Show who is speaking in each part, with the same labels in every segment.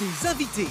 Speaker 1: Des invités,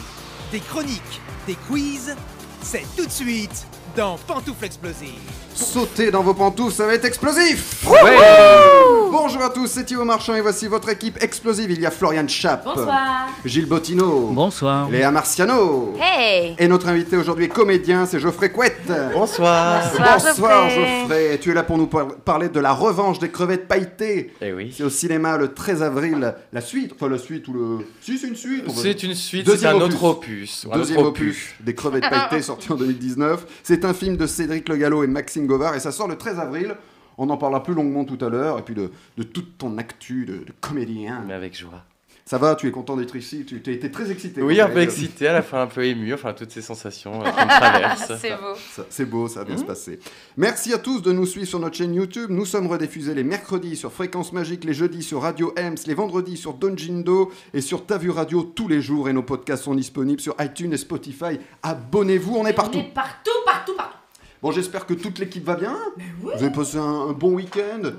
Speaker 1: des chroniques, des quiz, c'est tout de suite dans Pantoufle Explosive.
Speaker 2: Sautez dans vos pantoufles, ça va être explosif Bonjour à tous, c'est Thibaut Marchand et voici votre équipe explosive. Il y a Florian Chap,
Speaker 3: Bonsoir.
Speaker 2: Gilles Bottino,
Speaker 4: Bonsoir.
Speaker 2: Léa Marciano.
Speaker 3: Hey
Speaker 2: Et notre invité aujourd'hui est comédien, c'est Geoffrey Couette.
Speaker 5: Bonsoir.
Speaker 3: Bonsoir,
Speaker 2: Bonsoir
Speaker 3: Geoffrey.
Speaker 2: Geoffrey, tu es là pour nous par- parler de la revanche des crevettes pailletées.
Speaker 5: Eh oui.
Speaker 2: C'est au cinéma le 13 avril, la suite, enfin la suite ou le... Si c'est une suite on va-
Speaker 5: C'est une suite, c'est un
Speaker 2: Deuxième opus.
Speaker 5: autre opus. un autre
Speaker 2: Deuxième opus des crevettes pailletées sorti en 2019. C'est un film de Cédric Le Gallo et Maxime Govard et ça sort le 13 avril. On en parlera plus longuement tout à l'heure et puis de, de toute ton actu de, de comédien.
Speaker 5: Mais avec joie.
Speaker 2: Ça va, tu es content d'être ici Tu as été très excité.
Speaker 5: Oui,
Speaker 2: quand
Speaker 5: un
Speaker 2: tu
Speaker 5: peu
Speaker 2: l'as dit.
Speaker 5: excité, à la fois un peu ému, enfin toutes ces sensations euh, qui me traversent.
Speaker 3: C'est beau.
Speaker 2: Ça, C'est beau, ça va bien
Speaker 5: Mmh.
Speaker 2: se passer. Merci à tous de nous suivre sur notre chaîne YouTube. Nous sommes rediffusés les mercredis sur Fréquence Magique, les jeudis sur Radio Ems, les vendredis sur Donjindo et sur Tavu Radio tous les jours. Et nos podcasts sont disponibles sur iTunes et Spotify. Abonnez-vous, on est partout.
Speaker 3: On est partout, partout, partout.
Speaker 2: Bon, j'espère que toute l'équipe va bien.
Speaker 3: Ben
Speaker 2: Vous avez passé un, un bon week-end.
Speaker 4: Euh,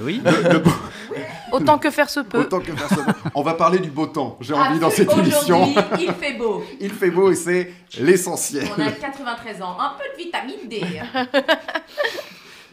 Speaker 4: oui.
Speaker 2: Le- le beau-
Speaker 6: Autant que faire se peut.
Speaker 2: autant que personne. On va parler du beau temps, j'ai
Speaker 3: Ah,
Speaker 2: envie, dans cette
Speaker 3: aujourd'hui,
Speaker 2: émission.
Speaker 3: Il fait beau.
Speaker 2: Il fait beau et c'est l'essentiel.
Speaker 3: On a 93 ans. Un peu de vitamine D.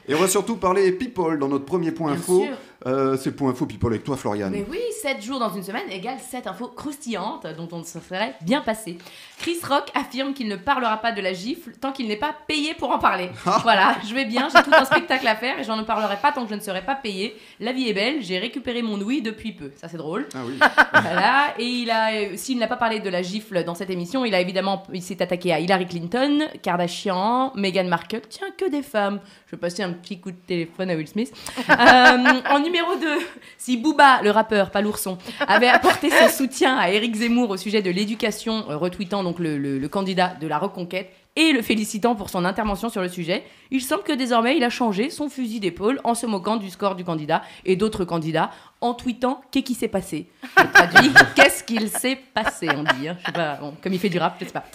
Speaker 2: Et on va surtout parler people dans notre premier point
Speaker 3: Bien
Speaker 2: info.
Speaker 3: sûr.
Speaker 2: Euh, c'est le point info people avec toi, Florian.
Speaker 3: Mais oui, 7 jours dans une semaine égale 7 infos croustillantes dont on se serait bien passé. Chris Rock affirme qu'il ne parlera pas de la gifle tant qu'il n'est pas payé pour en parler.
Speaker 2: Ah.
Speaker 3: voilà, je vais bien, j'ai tout un spectacle à faire et j'en ne parlerai pas tant que je ne serai pas payé. La vie est belle, j'ai récupéré mon ouïe depuis peu. Ça, c'est drôle.
Speaker 2: Ah oui.
Speaker 3: Voilà, et il a, euh, s'il n'a pas parlé de la gifle dans cette émission, il a évidemment, il s'est attaqué à Hillary Clinton, Kardashian, Meghan Markle, tiens, que des femmes. Je vais passer un petit coup de téléphone à Will Smith. Euh, en numéro 2, si Booba, le rappeur, pas l'ourson, avait apporté son soutien à Éric Zemmour au sujet de l'éducation, euh, retweetant donc le, le- le candidat de la reconquête, et le félicitant pour son intervention sur le sujet, il semble que désormais il a changé son fusil d'épaule en se moquant du score du candidat et d'autres candidats en tweetant qu'est-ce qui s'est passé. Je traduis, qu'est-ce qu'il s'est passé, on dit. hein. Je sais pas, bon, comme il fait du rap, je sais pas.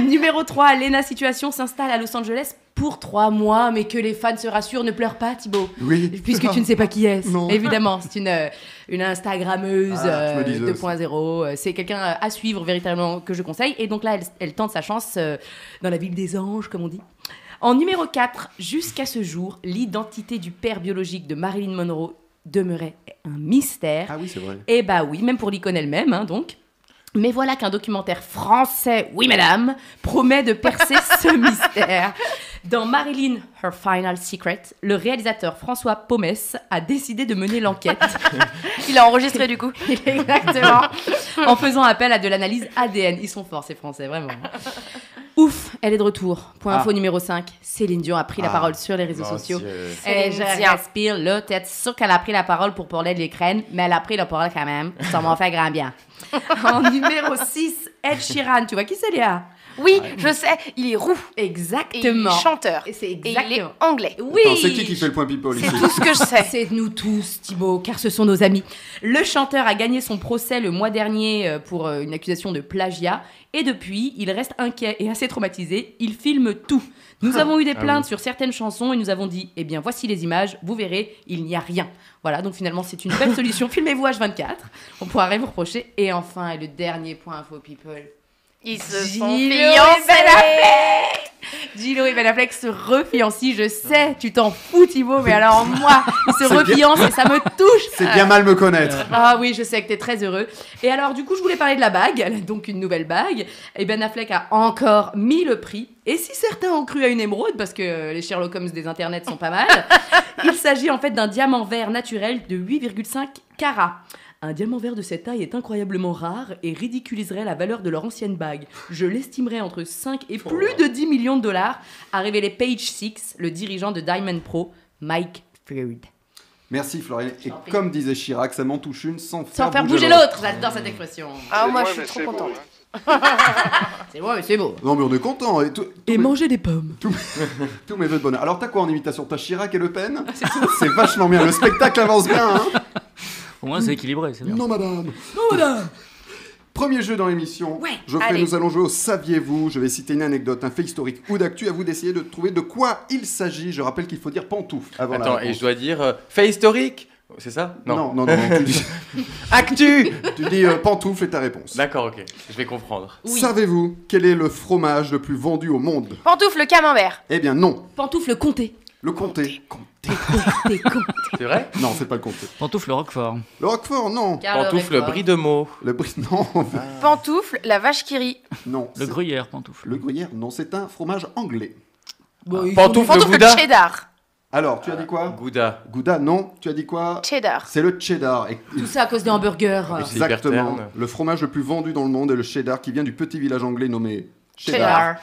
Speaker 3: Numéro 3, Lena Situation s'installe à Los Angeles pour trois mois, mais que les fans se rassurent, ne pleure pas Thibaut.
Speaker 2: Oui.
Speaker 3: Puisque tu ne sais pas qui est.
Speaker 2: Non.
Speaker 3: Évidemment, c'est une, euh, une Instagrammeuse
Speaker 2: Ah, je me
Speaker 3: euh,
Speaker 2: disais aussi.
Speaker 3: 2.0. euh, C'est quelqu'un euh, à suivre véritablement que je conseille. Et donc là, elle, elle tente sa chance euh, dans la ville des anges, comme on dit. En numéro 4, jusqu'à ce jour, l'identité du père biologique de Marilyn Monroe demeurait un mystère.
Speaker 2: Ah oui, c'est vrai.
Speaker 3: Eh bah oui, même pour l'icône elle-même, hein, donc. Mais voilà qu'un documentaire français, oui madame, promet de percer ce mystère. Dans Marilyn, Her Final Secret, le réalisateur François Pomès a décidé de mener l'enquête.
Speaker 6: Il a enregistré du coup.
Speaker 3: Exactement. En faisant appel à de l'analyse ADN. Ils sont forts, ces Français, vraiment. Ouf, elle est de retour. Point info numéro 5. Céline Dion a pris la
Speaker 2: Ah,
Speaker 3: parole sur les réseaux
Speaker 5: Mon
Speaker 3: sociaux.
Speaker 5: Dieu.
Speaker 3: Et
Speaker 6: Céline
Speaker 3: je
Speaker 6: Dion.
Speaker 3: respire là, t'es sûr qu'elle a pris la parole pour parler de l'Ukraine, mais elle a pris la parole quand même. Ça m'en fait grand bien. en numéro 6, Ed Sheeran. Tu vois qui c'est, Léa
Speaker 6: Oui, je sais, il est roux. Et il
Speaker 3: Exactement.
Speaker 6: est chanteur.
Speaker 3: Et c'est
Speaker 6: Et il est
Speaker 3: exactement.
Speaker 6: anglais.
Speaker 3: Oui.
Speaker 2: Attends, c'est qui qui fait le point people ici
Speaker 6: C'est tout ce que je sais.
Speaker 3: C'est nous tous, Thibaut, car ce sont nos amis. Le chanteur a gagné son procès le mois dernier euh, pour euh, une accusation de plagiat. Et depuis, il reste inquiet et assez traumatisé. Il filme tout. Nous
Speaker 6: Ah.
Speaker 3: avons eu des plaintes sur certaines chansons et nous avons dit Eh bien, voici les images, vous verrez, il n'y a rien. Voilà, donc finalement, c'est une belle solution. Filmez-vous H24, on pourra rien vous reprocher. Et enfin, et le dernier point info, people.
Speaker 6: Ils se
Speaker 3: Gilles
Speaker 6: sont
Speaker 3: et Ben
Speaker 6: fiancés.
Speaker 3: Gilo et Ben Affleck se refiancent. Je sais, tu t'en fous, Thibaut, mais alors moi, ils se
Speaker 2: C'est bien.
Speaker 3: refiancent et ça me touche.
Speaker 2: C'est bien mal me connaître.
Speaker 3: Ah oui, je sais que t'es très heureux. Et alors, du coup, je voulais parler de la bague. Elle a donc une nouvelle bague. Et Ben Affleck a encore mis le prix. Et si certains ont cru à une émeraude, parce que euh, les Sherlock Holmes des internets sont pas mal, il s'agit en fait d'un diamant vert naturel de 8,5 carats. Un diamant vert de cette taille est incroyablement rare et ridiculiserait la valeur de leur ancienne bague. Je l'estimerais entre 5 et plus de 10 millions de dollars, a révélé Page Six, le dirigeant de Diamond Pro, Mike Flood.
Speaker 2: Merci Florian. Et
Speaker 3: t'en prie.
Speaker 2: comme disait Chirac, ça m'en touche une sans,
Speaker 3: Sans faire bouger l'autre, j'adore cette expression.
Speaker 6: Ah, moi, je suis trop contente.
Speaker 3: C'est bon, mais c'est beau.
Speaker 2: Non mais on est content. Et, tout- tous
Speaker 3: Et
Speaker 2: mes-
Speaker 3: manger des pommes.
Speaker 2: tous mes vœux de bonheur. Alors t'as quoi en imitation T'as Chirac et Le Pen Ah, C'est vachement bien. Le spectacle avance bien. hein.
Speaker 4: Au moins, c'est équilibré, c'est bien.
Speaker 2: non madame. Premier jeu dans l'émission.
Speaker 6: Ouais,
Speaker 2: Je fais,
Speaker 6: allez.
Speaker 2: nous allons jouer au saviez-vous. Je vais citer une anecdote, un fait historique ou d'actu. À vous d'essayer de trouver de quoi il s'agit. Je rappelle qu'il faut dire pantoufle avant la
Speaker 5: Attends, et
Speaker 2: réponse.
Speaker 5: je dois dire, euh, fait historique C'est ça
Speaker 2: Non, non, non. non, tu dis,
Speaker 5: Actu
Speaker 2: tu dis, euh, pantoufle et ta réponse.
Speaker 5: D'accord, ok. Je vais comprendre.
Speaker 3: Oui.
Speaker 2: Savez-vous quel est le fromage le plus vendu au monde
Speaker 6: Pantoufle camembert.
Speaker 2: Eh bien non,
Speaker 3: Pantoufle comté.
Speaker 2: le comté.
Speaker 3: T'es con.
Speaker 5: C'est vrai
Speaker 2: Non, c'est pas le comté.
Speaker 4: Pantoufle Roquefort.
Speaker 2: Le Roquefort, non.
Speaker 5: Pantoufle bris de mots.
Speaker 2: Le brie, non,
Speaker 6: Pantoufle la vache qui rit.
Speaker 2: non.
Speaker 4: Le
Speaker 2: c'est-
Speaker 4: gruyère, pantoufle.
Speaker 2: Le gruyère, non, c'est un fromage anglais.
Speaker 3: Bah
Speaker 5: Pantoufle
Speaker 6: Pantoufle
Speaker 5: Gouda.
Speaker 6: cheddar.
Speaker 2: Alors, tu as dit quoi
Speaker 5: Gouda.
Speaker 2: Gouda, non. Tu as dit quoi
Speaker 6: Cheddar.
Speaker 2: C'est le cheddar. Et-
Speaker 3: Tout ça à cause des hamburgers.
Speaker 5: Et puis- C'est hyper
Speaker 2: Exactement.
Speaker 5: terne.
Speaker 2: Le fromage le plus vendu dans le monde est le cheddar qui vient du petit village anglais nommé cheddar.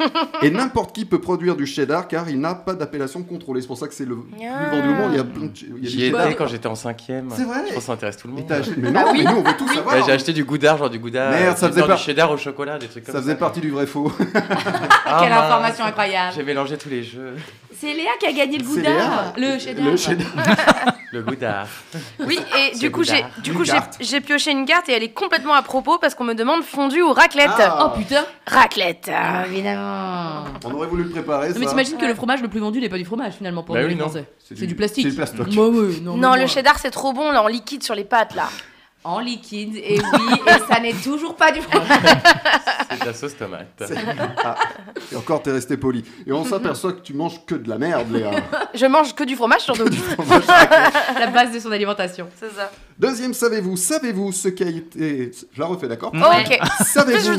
Speaker 6: Cheddar.
Speaker 2: Et n'importe qui peut produire du cheddar car il n'a pas d'appellation contrôlée. C'est pour ça que c'est le plus
Speaker 6: Ah.
Speaker 2: vendu au monde. Il y a plein de che- il y a
Speaker 5: J'y
Speaker 2: du cheddar.
Speaker 5: étais quand j'étais en cinquième.
Speaker 2: C'est vrai
Speaker 5: Je pense que ça intéresse tout le
Speaker 2: Et
Speaker 5: monde.
Speaker 2: t'as acheté-
Speaker 3: Ah
Speaker 2: Mais non, mais nous on veut tout savoir.
Speaker 5: Ouais, J'ai acheté du goudard, genre du goudard.
Speaker 2: Merde,
Speaker 5: euh,
Speaker 2: ça
Speaker 5: du
Speaker 2: faisait
Speaker 5: genre
Speaker 2: par-
Speaker 5: Du cheddar au chocolat, des trucs comme
Speaker 2: Ça
Speaker 5: ça.
Speaker 2: faisait partie du vrai faux.
Speaker 5: Ah,
Speaker 3: Quelle
Speaker 5: mince.
Speaker 3: information incroyable.
Speaker 5: J'ai mélangé tous les jeux.
Speaker 3: C'est Léa qui a gagné le
Speaker 2: C'est
Speaker 3: gouda.
Speaker 2: Léa.
Speaker 3: Le cheddar.
Speaker 2: Le cheddar.
Speaker 5: Le goudard.
Speaker 6: Oui, et
Speaker 5: C'est
Speaker 6: du coup, j'ai,
Speaker 5: Gouda.
Speaker 6: du coup
Speaker 2: Une
Speaker 6: j'ai,
Speaker 2: carte.
Speaker 6: j'ai pioché une carte et elle est complètement à propos parce qu'on me demande fondue ou raclette.
Speaker 3: Oh
Speaker 2: Ah,
Speaker 3: putain.
Speaker 6: Raclette.
Speaker 3: Ah, évidemment.
Speaker 2: on aurait voulu le préparer.
Speaker 3: mais
Speaker 2: ça.
Speaker 3: t'imagines que le fromage le plus vendu n'est pas du fromage finalement pour
Speaker 5: Bah
Speaker 3: nous,
Speaker 5: oui,
Speaker 3: les
Speaker 5: non.
Speaker 3: Français. C'est du plastique.
Speaker 2: C'est du plastoc.
Speaker 3: Bah oui, non,
Speaker 6: Non,
Speaker 3: mais
Speaker 6: le
Speaker 3: moi.
Speaker 6: cheddar c'est trop bon là en liquide sur les pâtes là.
Speaker 3: En liquide, et oui, et ça n'est toujours pas du fromage.
Speaker 5: C'est de la sauce tomate.
Speaker 2: C'est- Ah, Et encore, t'es resté poli. Et on s'aperçoit que tu manges que de la merde, Léa.
Speaker 6: Je mange que du fromage sur deux.
Speaker 3: La base de son alimentation.
Speaker 6: c'est ça.
Speaker 2: Deuxième, savez-vous, savez-vous ce qu'a été. Je la refais, d'accord
Speaker 3: Mm. Hmm.
Speaker 6: Ok.
Speaker 2: Savez-vous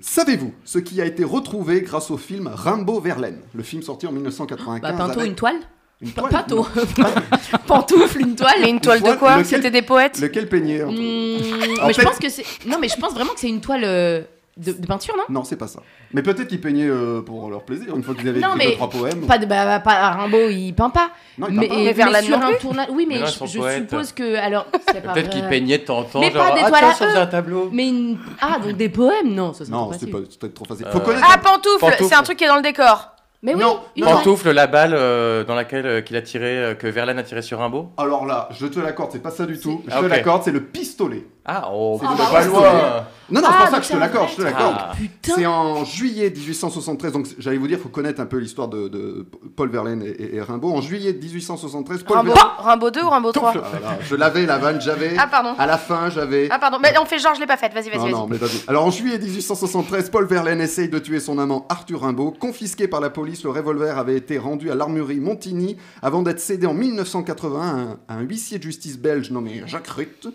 Speaker 2: Savez-vous ce qui a été retrouvé grâce au film Rimbaud Verlaine Le film sorti en 1995.
Speaker 3: Bah, pinto,
Speaker 2: avec
Speaker 3: une toile
Speaker 2: une
Speaker 3: P-
Speaker 2: toile,
Speaker 3: Pinto.
Speaker 2: non.
Speaker 3: Pantoufle, une
Speaker 6: Mais
Speaker 3: toile
Speaker 6: une toile de
Speaker 2: Lequel-
Speaker 6: quoi
Speaker 2: lequel-
Speaker 6: C'était des poètes
Speaker 2: Lequel peignait
Speaker 3: Mmh,
Speaker 2: Antoine En
Speaker 3: mais je
Speaker 2: fait-
Speaker 3: pense que c'est. Non, mais je pense vraiment que c'est une toile euh, de, de peinture, non
Speaker 2: Non, c'est pas ça. Mais peut-être qu'ils peignaient euh, pour leur plaisir, une fois qu'ils avaient
Speaker 3: Non,
Speaker 2: écrit
Speaker 3: mais-
Speaker 2: deux, trois poèmes.
Speaker 3: Pas de. Bah, bah, pas Rimbaud, il peint pas.
Speaker 2: Non, il peint
Speaker 3: mais,
Speaker 2: Ah, pas.
Speaker 6: Mais Verlaine
Speaker 3: sur
Speaker 6: non
Speaker 3: un
Speaker 6: plus
Speaker 3: tournage. Oui, mais,
Speaker 5: Mais non, ils
Speaker 3: je,
Speaker 5: sont
Speaker 3: je
Speaker 5: poètes.
Speaker 3: suppose que. Alors, c'est pas
Speaker 5: Peut-être qu'il
Speaker 3: vrai.
Speaker 5: peignait de temps en temps.
Speaker 3: Mais
Speaker 5: genre,
Speaker 3: pas des
Speaker 5: ah,
Speaker 3: toiles
Speaker 5: tiens,
Speaker 3: à
Speaker 5: ça faisait
Speaker 3: eux.
Speaker 5: un tableau.
Speaker 3: Mais une. Ah, donc des poèmes Non, ça c'est
Speaker 2: Non,
Speaker 3: pas
Speaker 2: c'était pas, c'était trop facile.
Speaker 5: Euh,
Speaker 2: Faut connaître.
Speaker 6: Ah, pantoufle
Speaker 5: Pantoufle.
Speaker 6: C'est un truc qui est dans le décor.
Speaker 3: Mais oui,
Speaker 2: Non,
Speaker 3: une toile.
Speaker 5: Pantoufle, la balle euh, dans laquelle euh, qu'il a tiré, euh, que Verlaine a tiré sur Rimbaud.
Speaker 2: Alors là, je te l'accorde, c'est pas ça du tout. Je
Speaker 5: Ah,
Speaker 2: te
Speaker 5: ok.
Speaker 2: l'accorde, c'est le pistolet.
Speaker 5: Ah, oh,
Speaker 2: Ah,
Speaker 5: c'est
Speaker 2: bah
Speaker 5: pas
Speaker 2: oui,
Speaker 5: loin.
Speaker 2: Non, non,
Speaker 3: Ah,
Speaker 2: c'est pour ça
Speaker 3: donc
Speaker 2: que je
Speaker 3: c'est
Speaker 2: te
Speaker 3: un
Speaker 2: l'accorde,
Speaker 3: vrai
Speaker 2: je te l'accorde.
Speaker 5: Ah.
Speaker 3: Putain
Speaker 2: C'est en juillet 1873, donc j'allais vous dire, faut connaître un peu l'histoire de, de Paul Verlaine et, et- et Rimbaud. En juillet 1873, Paul
Speaker 6: Rimbaud,
Speaker 2: Verlaine.
Speaker 6: Rimbaud 2 ou Rimbaud 3
Speaker 2: Ah, voilà, je l'avais, la vanne, j'avais.
Speaker 6: Ah, pardon.
Speaker 2: À la fin, j'avais.
Speaker 6: Ah, pardon. Mais on fait genre, je l'ai pas faite. Vas-y,
Speaker 2: Non,
Speaker 6: vas-y,
Speaker 2: non,
Speaker 6: vas-y.
Speaker 2: mais vas-y. Alors en juillet 1873, Paul Verlaine essaye de tuer son amant Arthur Rimbaud. Confisqué par la police, le revolver avait été rendu à l'armurerie Montigny avant d'être cédé en 1981 à un, à un huissier de justice belge nommé Jacques Rutte.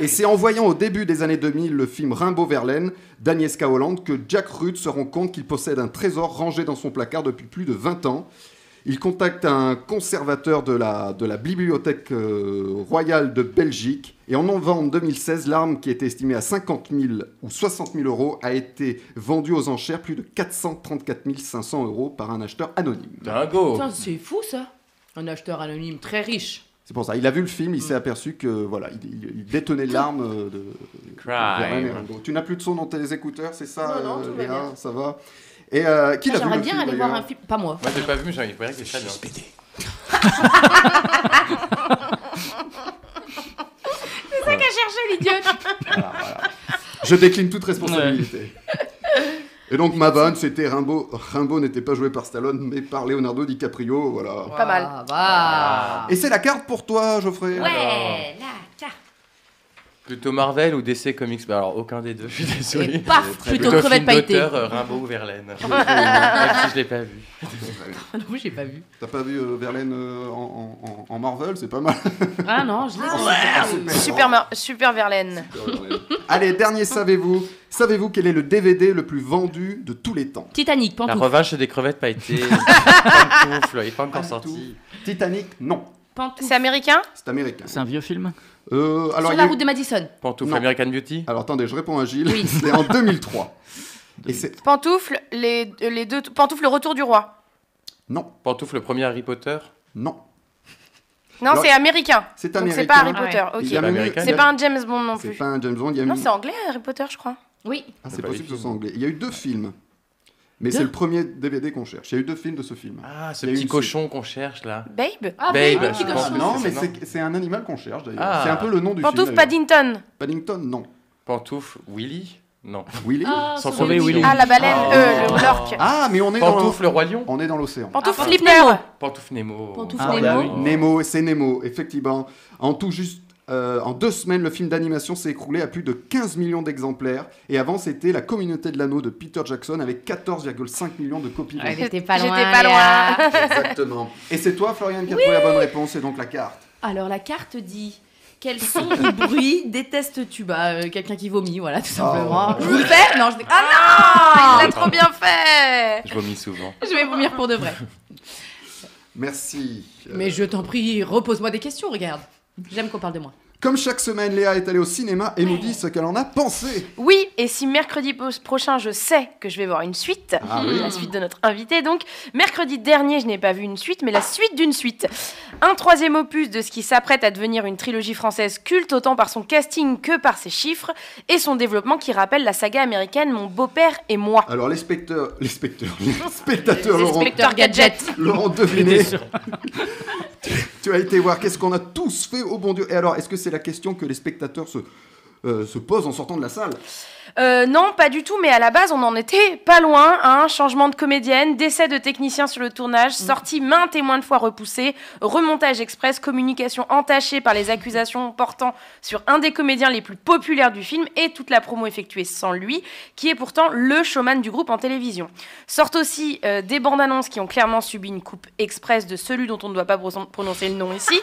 Speaker 2: Et c'est en voyant au début des années 2000 le film Rimbaud Verlaine d'Agnès Holland que Jack Rutte se rend compte qu'il possède un trésor rangé dans son placard depuis plus de 20 ans. Il contacte un conservateur de la, de la Bibliothèque euh, royale de Belgique. Et en novembre 2016, l'arme qui était estimée à 50 000 ou 60 000 euros a été vendue aux enchères plus de 434 500 euros par un acheteur anonyme.
Speaker 5: Dingo.
Speaker 3: Putain, c'est fou ça Un acheteur anonyme très riche.
Speaker 2: C'est pour ça. Il a vu le film, il s'est aperçu que voilà, il, il- il détenait l'arme euh, de. de
Speaker 5: Crime.
Speaker 2: Verlaine et Rimbaud. Tu n'as plus de son dans tes écouteurs, c'est ça
Speaker 3: Non, non,
Speaker 2: euh,
Speaker 3: tout va
Speaker 2: Léa,
Speaker 3: bien.
Speaker 2: Ça va. Et euh, qui
Speaker 3: Ah,
Speaker 2: l'a vu
Speaker 3: J'aimerais
Speaker 2: le
Speaker 3: bien
Speaker 2: film,
Speaker 3: aller voir
Speaker 2: d'ailleurs
Speaker 3: un film. Pas moi.
Speaker 5: Moi, j'ai pas vu, mais j'ai- il paraît que c'est très bien.
Speaker 2: bah.
Speaker 3: T'as qu'à chercher l'idiote
Speaker 2: Je décline toute responsabilité. Et donc ma vanne, c'était Rimbaud. Rimbaud n'était pas joué par Stallone, mais par Leonardo DiCaprio, voilà.
Speaker 6: Pas mal.
Speaker 3: Ah, va.
Speaker 2: Et c'est la carte pour toi, Geoffrey.
Speaker 3: Ouais, la carte.
Speaker 5: Plutôt Marvel ou DC Comics Bah alors aucun des deux, je suis
Speaker 3: Et
Speaker 5: désolé.
Speaker 3: paf, plutôt
Speaker 5: film
Speaker 3: crevette pailletée.
Speaker 5: d'auteur, euh, Rimbaud ou Verlaine. Même si je l'ai pas vu.
Speaker 3: Ah non, j'ai pas vu.
Speaker 2: T'as pas vu euh, Verlaine euh, en, en- en- en Marvel, c'est pas mal.
Speaker 3: Ah non, je l'ai pas vu.
Speaker 6: Super, mar- super Verlaine.
Speaker 2: Allez, dernier, savez-vous Savez-vous quel est le DVD le plus vendu de tous les temps
Speaker 3: Titanic,
Speaker 5: La
Speaker 3: pantoufle.
Speaker 5: revanche des crevettes pailletées. pantoufle, il est pas encore
Speaker 2: Pas du
Speaker 5: sorti.
Speaker 2: Titanic, non.
Speaker 3: Pantoufle.
Speaker 6: C'est américain
Speaker 2: C'est américain.
Speaker 4: C'est un vieux film
Speaker 2: Euh, alors, il y
Speaker 3: Sur
Speaker 2: a
Speaker 3: la
Speaker 2: eu-
Speaker 3: route de Madison.
Speaker 5: Pantoufle
Speaker 2: Non.
Speaker 5: American Beauty
Speaker 2: alors attendez, je réponds à Gilles.
Speaker 3: Oui.
Speaker 2: C'est en 2003. Et c'est
Speaker 6: Pantoufle, les, euh, les deux. Pantoufle, le retour du roi.
Speaker 2: non,
Speaker 5: Pantoufle, le premier Harry Potter
Speaker 2: non.
Speaker 6: Non,
Speaker 2: Non.
Speaker 6: c'est américain.
Speaker 2: C'est
Speaker 6: Donc
Speaker 2: américain.
Speaker 6: c'est pas Harry Potter.
Speaker 3: Ah
Speaker 2: Il y
Speaker 6: Ok.
Speaker 2: a même eu-
Speaker 5: américain.
Speaker 2: il y
Speaker 6: C'est
Speaker 2: a-
Speaker 6: pas un James Bond non
Speaker 2: C'est
Speaker 6: plus.
Speaker 2: pas un James Bond. Il y a
Speaker 6: Non,
Speaker 2: eu-
Speaker 6: c'est anglais Harry Potter, je crois.
Speaker 3: Oui.
Speaker 2: Ah,
Speaker 5: C'est
Speaker 2: c'est
Speaker 5: pas
Speaker 2: possible
Speaker 5: les
Speaker 2: que ce
Speaker 5: films.
Speaker 2: soit anglais. Il y a eu deux films. Mais
Speaker 3: Deux
Speaker 2: c'est le premier DVD qu'on cherche. Il y a eu deux films de ce film.
Speaker 5: Ah, ce
Speaker 2: Il y a eu
Speaker 5: petit
Speaker 2: une
Speaker 5: cochon qu'on cherche là.
Speaker 6: Babe
Speaker 3: Ah,
Speaker 5: Babe,
Speaker 3: babe,
Speaker 5: je
Speaker 3: petit
Speaker 5: pense
Speaker 3: cochon.
Speaker 5: que
Speaker 2: non, mais
Speaker 5: ça,
Speaker 2: c'est c'est un animal qu'on cherche d'ailleurs.
Speaker 5: Ah.
Speaker 2: C'est un peu le nom du
Speaker 6: Pantoufle
Speaker 2: film. d'ailleurs.
Speaker 6: Paddington.
Speaker 2: Paddington, non.
Speaker 5: Pantoufle Willy Non.
Speaker 2: Willy
Speaker 3: Ah,
Speaker 5: Sans
Speaker 3: sauver
Speaker 5: sauver
Speaker 3: Willy.
Speaker 5: Willy.
Speaker 6: Ah, la baleine,
Speaker 5: Ah.
Speaker 6: euh, le- l'orque.
Speaker 2: Ah, mais on est dans
Speaker 5: Pantoufle, le roi lion.
Speaker 2: on est dans l'océan.
Speaker 6: Pantoufle
Speaker 3: Ah,
Speaker 6: flipper.
Speaker 5: Pantoufle Nemo.
Speaker 3: Pantoufle
Speaker 2: Ah,
Speaker 3: Nemo.
Speaker 2: bah oui. Nemo, c'est Nemo, effectivement. En tout juste, euh, en deux semaines, le film d'animation s'est écroulé à plus de 15 millions d'exemplaires. Et avant, c'était La communauté de l'anneau de Peter Jackson avec 14,5 millions de copies.
Speaker 6: Ah,
Speaker 3: Elle
Speaker 2: vendues.
Speaker 3: était pas
Speaker 6: J'étais
Speaker 3: loin.
Speaker 6: pas
Speaker 3: Léa.
Speaker 6: loin.
Speaker 2: Exactement. Et c'est toi, Florian, qui as trouvé la bonne réponse, et donc la carte.
Speaker 3: Alors la carte dit quels sont les bruits détestes-tu Bah euh, quelqu'un qui vomit, voilà tout simplement.
Speaker 2: Oh.
Speaker 3: Je vous le fais Non, je dé- Ah,
Speaker 6: Ah, il l'a
Speaker 5: Ah.
Speaker 6: trop bien fait.
Speaker 5: Je vomis souvent.
Speaker 3: je vais vomir pour de vrai.
Speaker 2: Merci. Euh,
Speaker 3: Mais je t'en prie, repose-moi des questions, regarde. J'aime qu'on parle de moi.
Speaker 2: Comme chaque semaine, Léa est allée au cinéma et nous dit ce qu'elle en a pensé.
Speaker 6: Oui, et si mercredi po- prochain, je sais que je vais voir une suite,
Speaker 2: Ah oui.
Speaker 6: la suite de notre invité donc, mercredi dernier, je n'ai pas vu une suite, mais la suite d'une suite. Un troisième opus de ce qui s'apprête à devenir une trilogie française culte, autant par son casting que par ses chiffres, et son développement qui rappelle la saga américaine Mon beau-père et moi.
Speaker 2: Alors, les spectateurs, les spectateurs, les spectateurs l'auront-
Speaker 6: Inspecteur Gadget.
Speaker 2: l'auront deviné. Tu as été voir, qu'est-ce qu'on a tous fait, au bon Dieu Et alors, est-ce que c'est la question que les spectateurs se, euh, se posent en sortant de la salle
Speaker 6: Euh, non, pas du tout, mais à la base, on en était pas loin. Hein. Changement de comédienne, décès de technicien sur le tournage, sortie maintes et moins de fois repoussée, remontage express, communication entachée par les accusations portant sur un des comédiens les plus populaires du film et toute la promo effectuée sans lui, qui est pourtant le showman du groupe en télévision. Sortent aussi euh, des bandes annonces qui ont clairement subi une coupe express de celui dont on ne doit pas pro- prononcer le nom ici,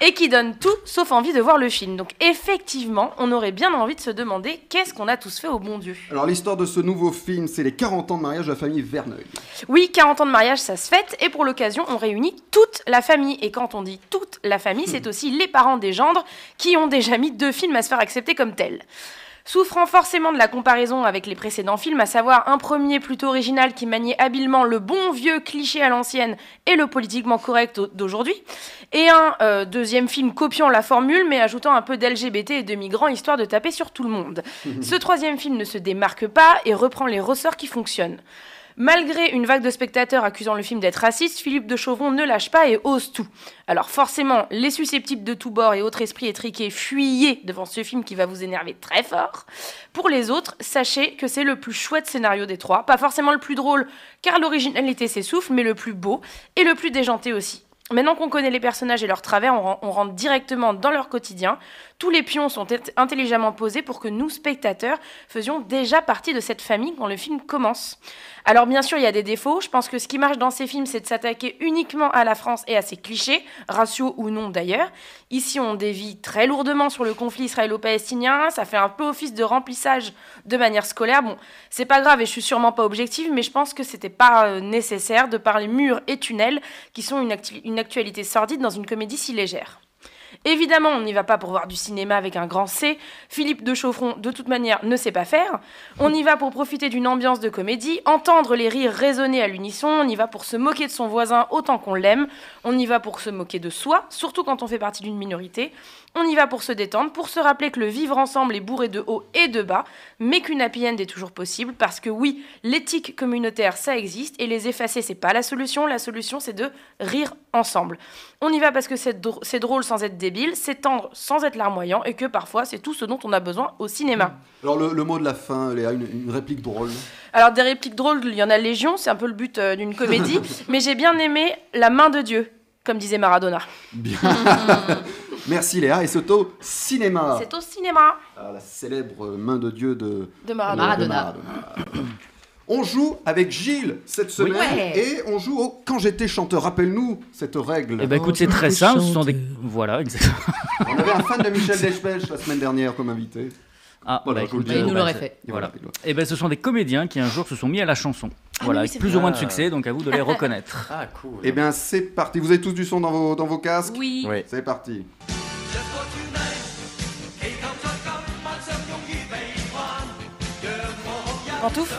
Speaker 6: et qui donnent tout sauf envie de voir le film. Donc effectivement, on aurait bien envie de se demander qu'est-ce qu'on a tous fait au bon Dieu.
Speaker 2: Alors, l'histoire de ce nouveau film, c'est les 40 ans de mariage de la famille Verneuil.
Speaker 6: Oui, 40 ans de mariage, ça se fête, et pour l'occasion, on réunit toute la famille. Et quand on dit toute la famille, c'est aussi les parents des gendres qui ont déjà mis deux films à se faire accepter comme tels. Souffrant forcément de la comparaison avec les précédents films, à savoir un premier plutôt original qui maniait habilement le bon vieux cliché à l'ancienne et le politiquement correct au- d'aujourd'hui, et un euh, deuxième film copiant la formule mais ajoutant un peu d'LGBT et de migrants histoire de taper sur tout le monde. Ce troisième film ne se démarque pas et reprend les ressorts qui fonctionnent. Malgré une vague de spectateurs accusant le film d'être raciste, Philippe de Chauvron ne lâche pas et ose tout. Alors forcément, les susceptibles de tous bords et autres esprits étriqués fuyez devant ce film qui va vous énerver très fort. Pour les autres, sachez que c'est le plus chouette scénario des trois, pas forcément le plus drôle car l'originalité s'essouffle, mais le plus beau et le plus déjanté aussi. Maintenant qu'on connaît les personnages et leurs travers, on, ren- on rentre directement dans leur quotidien. Tous les pions sont int- intelligemment posés pour que nous, spectateurs, faisions déjà partie de cette famille quand le film commence. Alors bien sûr, il y a des défauts. Je pense que ce qui marche dans ces films, c'est de s'attaquer uniquement à la France et à ses clichés, raciaux ou non d'ailleurs. Ici, on dévie très lourdement sur le conflit israélo-palestinien. Ça fait un peu office de remplissage de manière scolaire. Bon, c'est pas grave et je suis sûrement pas objective, mais je pense que c'était pas euh, nécessaire de par les murs et tunnels qui sont une, actu- une actualité sordide dans une comédie si légère. Évidemment, on n'y va pas pour voir du cinéma avec un grand C. Philippe de Chauvron, de toute manière, ne sait pas faire. On y va pour profiter d'une ambiance de comédie, entendre les rires résonner à l'unisson. On y va pour se moquer de son voisin autant qu'on l'aime. On y va pour se moquer de soi, surtout quand on fait partie d'une minorité. On y va pour se détendre, pour se rappeler que le vivre ensemble est bourré de haut et de bas, mais qu'une happy end est toujours possible, parce que oui, l'éthique communautaire, ça existe, et les effacer, c'est pas la solution. La solution, c'est de rire ensemble. On y va parce que c'est dr- c'est drôle sans être débile, c'est tendre sans être larmoyant, et que parfois, c'est tout ce dont on a besoin au cinéma.
Speaker 2: Alors, le, le mot de la fin, Léa, une, une réplique drôle.
Speaker 6: Alors des répliques drôles, il y en a légion, c'est un peu le but euh, d'une comédie, mais j'ai bien aimé la main de Dieu, comme disait Maradona.
Speaker 2: Bien. Merci Léa, et c'est au cinéma.
Speaker 6: C'est au cinéma
Speaker 2: Ah, la célèbre main de Dieu de,
Speaker 6: de
Speaker 2: de- de
Speaker 6: Maradona.
Speaker 3: Ah, Maradona.
Speaker 2: On joue avec Gilles cette semaine
Speaker 3: Ouais.
Speaker 2: et on joue au Quand j'étais chanteur. Rappelle-nous cette règle.
Speaker 4: Eh ben écoute,
Speaker 3: Oh,
Speaker 4: c'est très simple. Ce sont des... Voilà, exactement.
Speaker 2: On avait un fan de Michel Delpech la semaine dernière comme invité.
Speaker 4: Ah,
Speaker 2: Voilà,
Speaker 4: bah,
Speaker 2: je vous le
Speaker 4: écoute,
Speaker 2: dis.
Speaker 4: euh,
Speaker 2: Il nous
Speaker 4: bah,
Speaker 3: l'aurait
Speaker 4: c'est-
Speaker 3: fait.
Speaker 2: Et
Speaker 4: Voilà. Eh ben ce sont des comédiens qui un jour se sont mis à la chanson. voilà,
Speaker 3: oui,
Speaker 4: avec
Speaker 3: c'est
Speaker 4: plus
Speaker 5: vrai.
Speaker 4: ou moins de
Speaker 5: Ah.
Speaker 4: succès, donc à vous de les reconnaître.
Speaker 5: Ah, cool.
Speaker 2: Eh bien, c'est parti. Vous avez tous du son dans vos, dans vos casques
Speaker 3: Oui.
Speaker 5: Ouais.
Speaker 2: C'est parti.
Speaker 6: Pantoufle